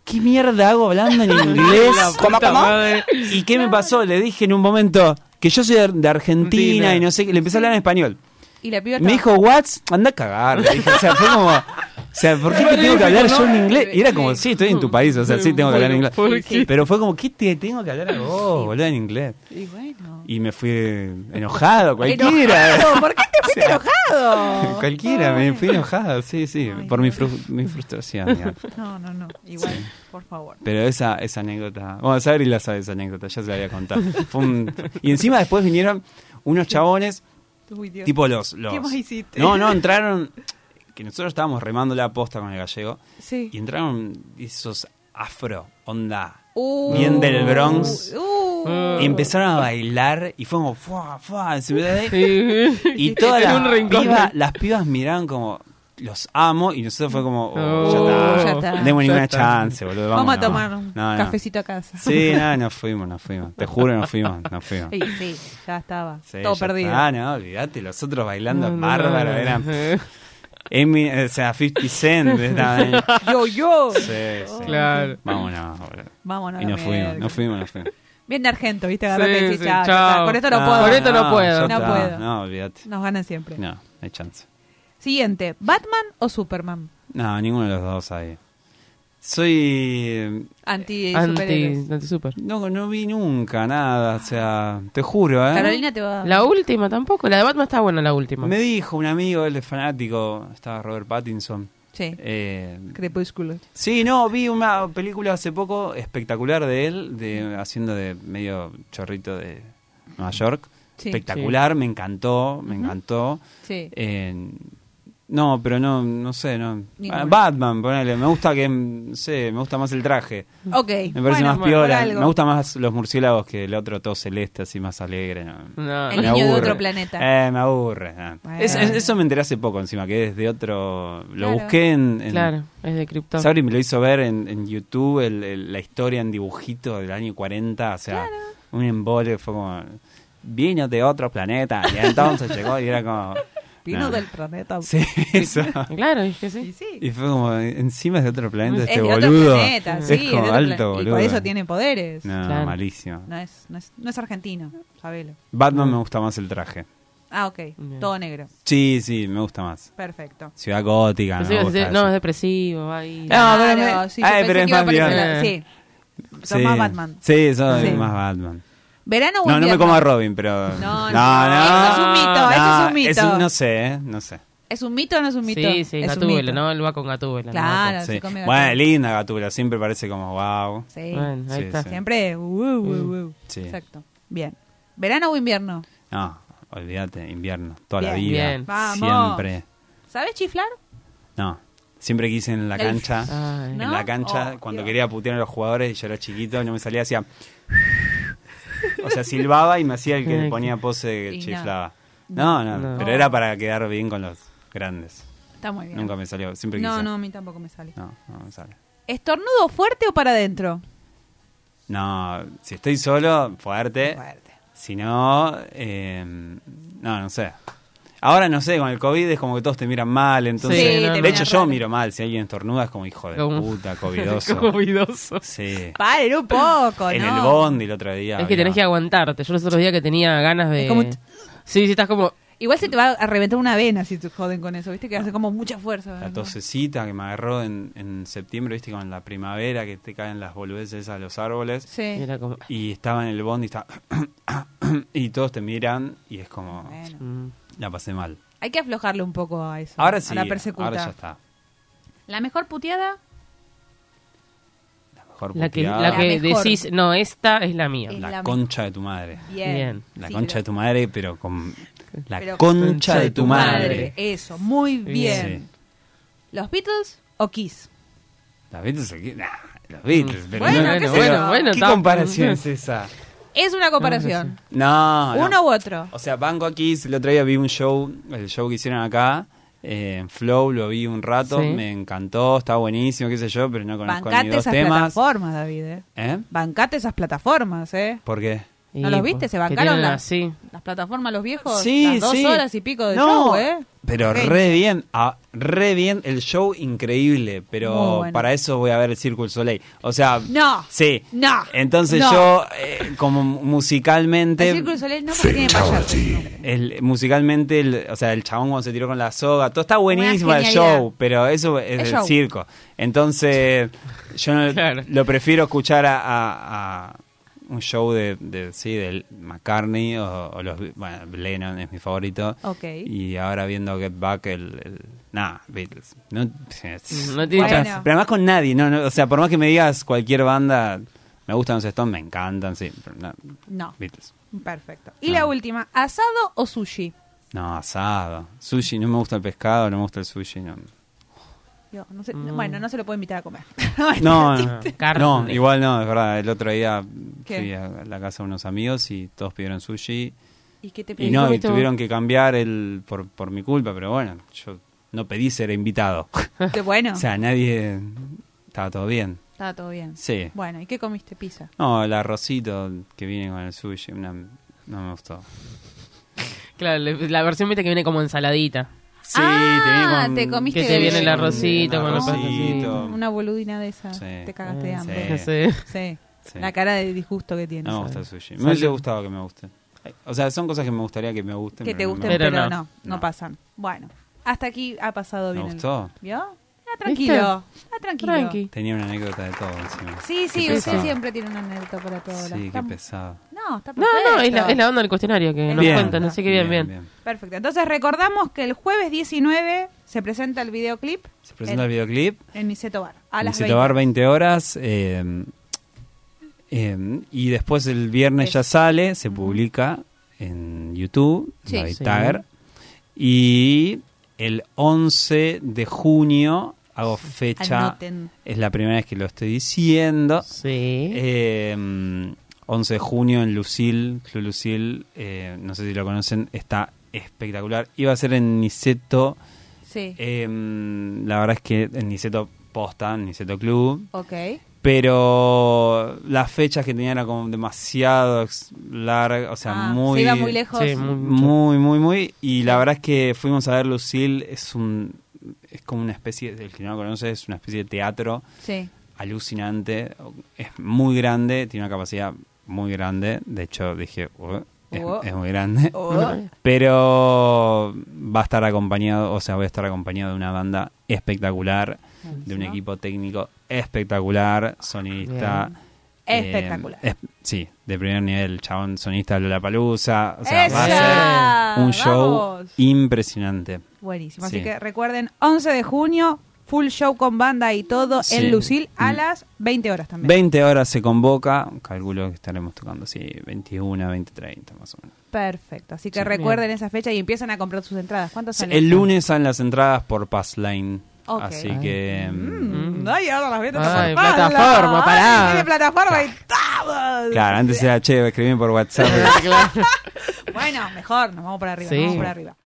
Speaker 4: ¿qué mierda hago hablando en inglés?
Speaker 3: La puta madre.
Speaker 4: ¿Y qué me pasó? Le dije en un momento que yo soy de- de Argentina y no sé qué. Le empecé a hablar en español.
Speaker 2: Y la piba
Speaker 4: Me dijo,
Speaker 2: estaba-
Speaker 4: what? Anda a cagar. le dije. O sea, fue como. O sea, ¿por qué te tengo que hablar yo en inglés? Y era como, sí, estoy en tu país, o sea, sí tengo que hablar en
Speaker 3: Bueno, ¿por qué?
Speaker 4: inglés. Pero fue como, ¿qué te tengo que hablar a vos, boludo, en inglés?
Speaker 2: Y bueno.
Speaker 4: Y me fui enojado, cualquiera.
Speaker 2: Enojado, ¿Por qué te fuiste enojado?
Speaker 4: Cualquiera, me fui enojado, sí, sí, por mi, fru- mi frustración. digamos.
Speaker 2: No, no, no. Igual, por favor.
Speaker 4: Pero esa, esa anécdota, bueno, Sabri la sabe esa anécdota, ya se la había contado. Fue un- y encima después vinieron unos chabones
Speaker 2: Uy, Dios.
Speaker 4: Tipo los, los-
Speaker 2: ¿Qué más hiciste?
Speaker 4: No, no, entraron. Que nosotros estábamos remando la posta con el gallego.
Speaker 2: Sí.
Speaker 4: Y entraron esos afro, onda.
Speaker 2: Uh,
Speaker 4: Bien del Bronx.
Speaker 2: uh.
Speaker 4: Y empezaron a bailar y fue como. Fuá, fuá, se me da ahí.
Speaker 3: Sí.
Speaker 4: y
Speaker 3: En
Speaker 4: todas las
Speaker 3: un rincón.
Speaker 4: pibas, las pibas miraban como. Los amo. Y nosotros fue como. oh,
Speaker 2: Oh, ya
Speaker 4: ya está.
Speaker 2: está.
Speaker 4: No demos
Speaker 3: Ya
Speaker 4: ninguna
Speaker 3: está.
Speaker 4: chance, boludo.
Speaker 2: Vamos a
Speaker 4: vámonos".
Speaker 2: tomar un
Speaker 4: No, no.
Speaker 2: cafecito a casa.
Speaker 4: Sí, no, nos fuimos, nos fuimos. Te juro, nos fuimos, nos fuimos.
Speaker 2: Sí, sí, ya estaba.
Speaker 4: Sí,
Speaker 2: Todo
Speaker 4: ya
Speaker 2: perdido.
Speaker 4: está, no, olvídate, los otros bailando
Speaker 3: No, no,
Speaker 4: bárbaro,
Speaker 3: no, no.
Speaker 4: eran Emi- o sea, 50 Cent. ¿verdad?
Speaker 2: Yo, yo.
Speaker 4: Sí, sí.
Speaker 3: Claro.
Speaker 4: Vámonos. boludo.
Speaker 2: Oh. Vámonos.
Speaker 4: Y
Speaker 2: a la
Speaker 4: nos fuimos,
Speaker 2: mierda.
Speaker 4: nos fuimos, nos fuimos.
Speaker 2: Bien de argento, ¿viste? Agarrate y
Speaker 3: Sí,
Speaker 2: decís,
Speaker 3: sí,
Speaker 2: "Ya, ya
Speaker 3: chao.
Speaker 2: está, Con esto no
Speaker 4: Ah,
Speaker 2: puedo.
Speaker 3: Por esto no puedo.
Speaker 4: ya
Speaker 2: No
Speaker 4: está.
Speaker 2: puedo.
Speaker 4: No, olvídate.
Speaker 2: Nos ganan siempre.
Speaker 4: No, no hay chance.
Speaker 2: Siguiente, ¿Batman o Superman?
Speaker 4: No, ninguno de los dos hay. Soy. eh,
Speaker 2: Anti, superhéroes.
Speaker 3: Anti, anti super.
Speaker 4: No, no vi nunca nada, o sea, te juro, ¿eh?
Speaker 2: Carolina te va.
Speaker 3: La última tampoco. La de Batman está buena, la última.
Speaker 4: Me dijo un amigo, él es fanático, estaba Robert Pattinson.
Speaker 2: Sí.
Speaker 4: eh,
Speaker 2: Crepúsculo.
Speaker 4: sí, no, vi una película hace poco espectacular de él, de, haciendo de medio chorrito de Nueva York.
Speaker 2: Sí.
Speaker 4: Espectacular, me encantó, me encantó.
Speaker 2: Sí.
Speaker 4: Eh, no, pero no, no sé, no.
Speaker 2: Ninguna.
Speaker 4: Ah, Batman, ponele, me gusta que, mm, no sé, me gusta más el traje.
Speaker 2: Ok.
Speaker 4: Me parece
Speaker 2: bueno,
Speaker 4: más
Speaker 2: por
Speaker 4: piola.
Speaker 2: algo.
Speaker 4: Me gusta más los murciélagos que el otro todo celeste, así más alegre. ¿no?
Speaker 3: No.
Speaker 4: Me
Speaker 2: El niño de
Speaker 4: aburre.
Speaker 2: otro planeta.
Speaker 4: Eh, me aburre. ah.
Speaker 2: Bueno.
Speaker 4: Es- es- eso me enteré hace poco encima, que es de otro... Lo
Speaker 2: Claro.
Speaker 4: busqué en... en-
Speaker 3: Claro, es de Krypton.
Speaker 4: Sabri me lo hizo ver en, en YouTube, el- el- la historia en dibujito del año 40, o sea, un embole, fue como... Vino de otro planeta, y entonces llegó y era como...
Speaker 2: Vino
Speaker 4: no.
Speaker 2: del planeta.
Speaker 4: Sí, eso.
Speaker 3: Claro, es que sí.
Speaker 2: Y sí.
Speaker 4: Y fue como, encima es de otro planeta
Speaker 2: Es
Speaker 4: este
Speaker 2: de otro
Speaker 4: boludo.
Speaker 2: planeta, sí,
Speaker 4: es
Speaker 2: es de
Speaker 4: como
Speaker 2: otro
Speaker 4: alto,
Speaker 2: planeta.
Speaker 4: boludo.
Speaker 2: Y por eso tiene poderes. No,
Speaker 4: No,
Speaker 3: Claro.
Speaker 4: malísimo.
Speaker 2: es, no, es, no es argentino, sabelo.
Speaker 4: Batman me gusta más el traje.
Speaker 2: Ah, ok. Todo negro.
Speaker 4: Sí, sí, me gusta más.
Speaker 2: Perfecto.
Speaker 4: Ciudad gótica,
Speaker 2: Pues
Speaker 3: Pensé
Speaker 4: me
Speaker 3: que
Speaker 4: gusta
Speaker 3: se-
Speaker 4: eso.
Speaker 3: Ah, no, es depresivo. Ahí.
Speaker 4: Ah, No, pero
Speaker 2: Claro,
Speaker 4: me-
Speaker 2: sí, yo
Speaker 4: Ay,
Speaker 2: pensé
Speaker 4: pero
Speaker 2: que
Speaker 4: es
Speaker 2: iba
Speaker 4: más
Speaker 2: por ese
Speaker 4: bien.
Speaker 2: lado, Sí. Sos más Batman.
Speaker 4: Sí, soy
Speaker 2: Sí.
Speaker 4: más Batman.
Speaker 2: ¿Verano o
Speaker 4: No, no me
Speaker 2: invierno?
Speaker 4: como a Robin, pero.
Speaker 2: No, no, eso
Speaker 4: no.
Speaker 2: es un mito, eso es un mito.
Speaker 4: no sé, eh, no sé.
Speaker 2: ¿Es un mito o no es un mito?
Speaker 3: Sí, sí,
Speaker 2: es un
Speaker 3: Gatúbela,
Speaker 2: mito.
Speaker 3: ¿no? Él va con Gatúbela. ¿no?
Speaker 2: Claro,
Speaker 4: Sí.
Speaker 2: se come
Speaker 4: Bueno,
Speaker 2: gatúbela.
Speaker 4: linda Gatúbela, siempre parece como wow.
Speaker 2: Sí.
Speaker 3: Bueno, ahí
Speaker 4: Sí,
Speaker 3: está.
Speaker 4: sí. Mm.
Speaker 2: Siempre. uh, uh, uh, uh.
Speaker 4: Sí.
Speaker 2: Exacto. Bien. ¿Verano o invierno?
Speaker 4: No, olvídate, invierno, toda la
Speaker 2: Bien.
Speaker 4: vida.
Speaker 3: Bien.
Speaker 2: Vamos.
Speaker 4: Siempre.
Speaker 2: ¿Sabes chiflar?
Speaker 4: No, siempre quise en la
Speaker 2: La-
Speaker 4: cancha.
Speaker 3: Ay.
Speaker 2: Ah. No.
Speaker 4: En la cancha,
Speaker 2: Oh,
Speaker 4: cuando
Speaker 2: Dios.
Speaker 4: quería putear a los jugadores y yo era chiquito, no me salía, hacía. O sea, silbaba y me hacía el que
Speaker 3: Ay,
Speaker 4: ponía pose
Speaker 2: Y
Speaker 4: que
Speaker 2: no.
Speaker 4: chiflaba. No, no,
Speaker 3: No.
Speaker 4: pero era para quedar bien con los grandes.
Speaker 2: Está muy bien.
Speaker 4: Nunca me salió, siempre quise.
Speaker 2: no, no, a mí tampoco me sale.
Speaker 4: No, no me sale.
Speaker 2: ¿Estornudo fuerte o para adentro?
Speaker 4: No, si estoy solo, fuerte.
Speaker 2: Fuerte.
Speaker 4: Si no, eh, no, no sé. Ahora no sé, con el COVID es como que todos te miran mal, entonces...
Speaker 3: Sí, no,
Speaker 4: de
Speaker 3: no.
Speaker 4: hecho, yo
Speaker 2: raro.
Speaker 4: miro mal. Si alguien estornuda es como hijo de
Speaker 3: Como-
Speaker 4: puta, covidoso.
Speaker 3: Covidoso.
Speaker 4: Sí.
Speaker 2: Paren un poco,
Speaker 4: en
Speaker 2: ¿no?
Speaker 4: el bondi el otro día.
Speaker 3: Es que tenés que
Speaker 4: había-
Speaker 3: aguantarte. Yo los otros días que tenía ganas de.
Speaker 2: Es como-
Speaker 3: Sí, sí, estás como.
Speaker 2: Igual se te va a reventar una vena si te joden con eso, ¿viste? Que hace como mucha fuerza.
Speaker 4: La
Speaker 2: ¿verdad?
Speaker 4: tosecita que me agarró en, en septiembre, viste, con la primavera que te caen las boludeces a los árboles.
Speaker 3: y
Speaker 2: Sí.
Speaker 3: era como.
Speaker 4: Y estaba en el bondi y estaba- y todos te miran y es como...
Speaker 2: Bueno.
Speaker 3: mm,
Speaker 4: La pasé mal.
Speaker 2: Hay que aflojarle un poco a eso.
Speaker 4: Ahora sí,
Speaker 2: A la persecuta.
Speaker 4: ahora ya está.
Speaker 2: La mejor puteada
Speaker 4: La mejor
Speaker 3: La que,
Speaker 4: puteada.
Speaker 3: la que
Speaker 2: La mejor. Eh.
Speaker 3: decís, no, esta es la mía.
Speaker 2: Es
Speaker 4: La
Speaker 2: la
Speaker 4: concha de tu madre.
Speaker 2: bien.
Speaker 3: Bien.
Speaker 4: La
Speaker 2: Sí,
Speaker 4: concha
Speaker 2: pero-
Speaker 4: de tu madre, pero con... La
Speaker 2: pero-
Speaker 4: concha de tu madre.
Speaker 2: Eso, muy bien.
Speaker 4: Sí.
Speaker 2: ¿Los Beatles o Kiss?
Speaker 4: Los Beatles, ¿qué? Nah, los Beatles. Pero
Speaker 2: Bueno,
Speaker 4: no-
Speaker 2: qué sé
Speaker 4: pero-
Speaker 2: yo. Bueno,
Speaker 4: ¿Qué
Speaker 3: está-
Speaker 4: comparación es esa?
Speaker 2: Es una comparación.
Speaker 4: No, no.
Speaker 2: Uno u otro.
Speaker 4: O sea, Banco aquí, el otro día vi un show, el show que hicieron acá, eh, en Flow, lo vi un rato,
Speaker 3: Sí.
Speaker 4: me encantó, está buenísimo, qué sé yo, pero no conozco ni
Speaker 2: Bancate
Speaker 4: dos
Speaker 2: esas
Speaker 4: temas.
Speaker 2: plataformas, David. ¿eh?
Speaker 4: ¿Eh?
Speaker 2: Bancate esas plataformas, ¿eh?
Speaker 4: ¿Por qué?
Speaker 2: ¿No
Speaker 4: pues,
Speaker 2: los viste? Se bancaron las,
Speaker 3: Sí.
Speaker 2: las plataformas, los viejos.
Speaker 4: Sí,
Speaker 2: las dos
Speaker 4: sí.
Speaker 2: horas y pico de
Speaker 4: No,
Speaker 2: show, ¿eh?
Speaker 4: Pero
Speaker 2: Ok.
Speaker 4: re bien, ah, re bien, el show increíble, pero
Speaker 2: Muy bueno.
Speaker 4: para eso voy a ver el Circo del Soleil. O sea,
Speaker 2: No,
Speaker 4: sí.
Speaker 2: no,
Speaker 4: Entonces
Speaker 2: no.
Speaker 4: yo, eh, como musicalmente...
Speaker 2: El Círculo del Soleil no porque tiene payaso.
Speaker 4: El, musicalmente, el- o sea, el chabón cuando se tiró con la soga, todo está buenísimo
Speaker 2: Una
Speaker 4: el
Speaker 2: genialidad.
Speaker 4: show, pero eso es,
Speaker 2: Es
Speaker 4: el
Speaker 2: show.
Speaker 4: circo. Entonces, yo no-
Speaker 3: Claro.
Speaker 4: lo prefiero escuchar a, a- a un show de, de- sí, del McCartney o, o los, bueno, Lennon es mi favorito.
Speaker 2: Ok.
Speaker 4: Y ahora viendo Get Back, el, el- nah, Beatles. No,
Speaker 3: Mm, No tiene
Speaker 4: o sea,
Speaker 2: chance.
Speaker 4: Pero además con nadie, no, no, o sea, por más que me digas cualquier banda, me gustan los Stones, me encantan, sí, pero no,
Speaker 2: No.
Speaker 4: Beatles.
Speaker 2: Perfecto.
Speaker 4: Ah.
Speaker 2: Y la última, ¿asado o sushi?
Speaker 4: No, asado. Sushi, no me gusta el pescado, no me gusta el sushi.
Speaker 2: Yo,
Speaker 4: No,
Speaker 2: no sé- Bueno, no se lo puedo invitar a comer.
Speaker 4: Mm. no, no,
Speaker 3: Carne.
Speaker 4: No, igual no, es verdad. El otro día
Speaker 2: ¿Qué?
Speaker 4: fui a la casa de unos amigos y todos pidieron sushi.
Speaker 2: ¿Y qué te
Speaker 4: Y
Speaker 2: pedí?
Speaker 4: no, y
Speaker 3: comiste vos?
Speaker 4: tuvieron que cambiar el por, por mi culpa, pero bueno, yo no pedí ser invitado.
Speaker 2: Qué Bueno,
Speaker 4: o sea, nadie... Estaba todo bien.
Speaker 2: estaba todo bien.
Speaker 4: Sí.
Speaker 2: Bueno, ¿y qué comiste? Pizza.
Speaker 4: No, el arrocito que viene con el sushi, una- no me gustó.
Speaker 3: Claro, le- la versión viste que viene como ensaladita.
Speaker 4: Sí,
Speaker 2: Ah,
Speaker 4: tenía
Speaker 2: te comiste
Speaker 3: Que te viene el arrocito
Speaker 4: Un
Speaker 3: con la pasta,
Speaker 4: arrocito.
Speaker 2: Una boludina de esa.
Speaker 4: Um, Sí.
Speaker 2: Te cagaste de
Speaker 4: Sí.
Speaker 2: hambre.
Speaker 3: No sé.
Speaker 2: Sí.
Speaker 4: Sí.
Speaker 2: La cara de disgusto que tienes.
Speaker 4: No me gusta el sushi. Me
Speaker 3: Salud.
Speaker 4: hubiese gustado que me guste. O sea, son cosas que me gustaría que me gusten.
Speaker 2: que te
Speaker 4: pero no
Speaker 2: gusten,
Speaker 4: me
Speaker 2: pero,
Speaker 3: Pero
Speaker 2: no,
Speaker 3: no.
Speaker 2: no, pasan. Bueno, hasta aquí ha pasado
Speaker 4: Me
Speaker 2: bien. el-
Speaker 4: gustó.
Speaker 2: ¿Vio? Era Está tranquilo. Está tranquilo.
Speaker 3: Tranqui.
Speaker 4: Tenía una anécdota de todo encima.
Speaker 2: Sí, sí,
Speaker 4: Qué
Speaker 2: usted
Speaker 4: pesado.
Speaker 2: siempre tiene una anécdota para todo.
Speaker 4: Sí,
Speaker 2: la-
Speaker 4: qué
Speaker 2: está-
Speaker 4: pesado.
Speaker 2: No, está
Speaker 3: No,
Speaker 2: perfecto.
Speaker 3: no, es la, es la onda del cuestionario que nos
Speaker 2: Bien.
Speaker 3: cuentan, así que bien, bien.
Speaker 2: Perfecto. Entonces recordamos que el jueves 19 se presenta el videoclip
Speaker 4: Se presenta
Speaker 2: en,
Speaker 4: el videoclip.
Speaker 2: en Niceto Bar. A las
Speaker 4: Niceto
Speaker 2: 20.
Speaker 4: Bar, 20 horas. eh, eh, y después el viernes ya sale, se publica en YouTube,
Speaker 2: Sí.
Speaker 4: en la
Speaker 3: Sí.
Speaker 4: Tiger. Y el 11 de junio hago fecha.
Speaker 2: Anoten.
Speaker 4: Es la primera vez que lo estoy diciendo.
Speaker 3: Sí.
Speaker 4: Eh, 11 de junio en Lucil, Club Lucil, eh, no sé si lo conocen, está espectacular. Iba a ser en Niceto,
Speaker 2: Sí.
Speaker 4: eh, la verdad es que en Niceto Posta, en Niceto Club,
Speaker 2: ok.
Speaker 4: pero las fechas que tenían eran como demasiado ex- largas, o sea,
Speaker 2: Ah,
Speaker 4: muy...
Speaker 2: se iba muy lejos.
Speaker 3: Sí, muy-
Speaker 4: Muy, muy, muy. Y la verdad es que fuimos a ver Lucil, es un... Es como una especie, el que no lo conoce, es una especie de teatro
Speaker 2: Sí.
Speaker 4: alucinante, es muy grande, tiene una capacidad muy grande, de hecho dije, "Uh, es,
Speaker 2: Uh.
Speaker 4: es muy grande,
Speaker 2: Uh.
Speaker 4: pero va a estar acompañado, o sea, voy a estar acompañado de una banda espectacular, de un equipo técnico espectacular, sonidista. eh,
Speaker 2: Espectacular.
Speaker 4: es- sí, de primer nivel, chabón sonista de la palusa, o sea, va
Speaker 2: ¡Esa!
Speaker 4: a ser un show
Speaker 2: ¡Vamos!
Speaker 4: impresionante.
Speaker 2: Buenísimo. Así
Speaker 4: Sí.
Speaker 2: que recuerden, 11 de junio, full show con banda y todo
Speaker 4: Sí.
Speaker 2: en Lucil a
Speaker 4: Mm.
Speaker 2: las 20 horas también.
Speaker 4: 20 horas se convoca, calculo que estaremos tocando, sí, 21, 20, 30 más o menos.
Speaker 2: Perfecto. Así que recuerden esa fecha y empiezan a comprar sus entradas. ¿Cuántas salen?
Speaker 4: El lunes salen las entradas por Passline.
Speaker 2: Ok.
Speaker 4: Así que. mm,
Speaker 2: Mm, ay, ahora las ventas
Speaker 3: Ay,
Speaker 2: por pala.
Speaker 3: plataforma, pará.
Speaker 2: Ay, tiene plataforma y todo.
Speaker 4: Claro, antes era che, escribí por WhatsApp.
Speaker 3: Claro.
Speaker 2: Bueno, mejor, nos vamos para arriba,
Speaker 3: Sí.
Speaker 2: nos vamos para arriba.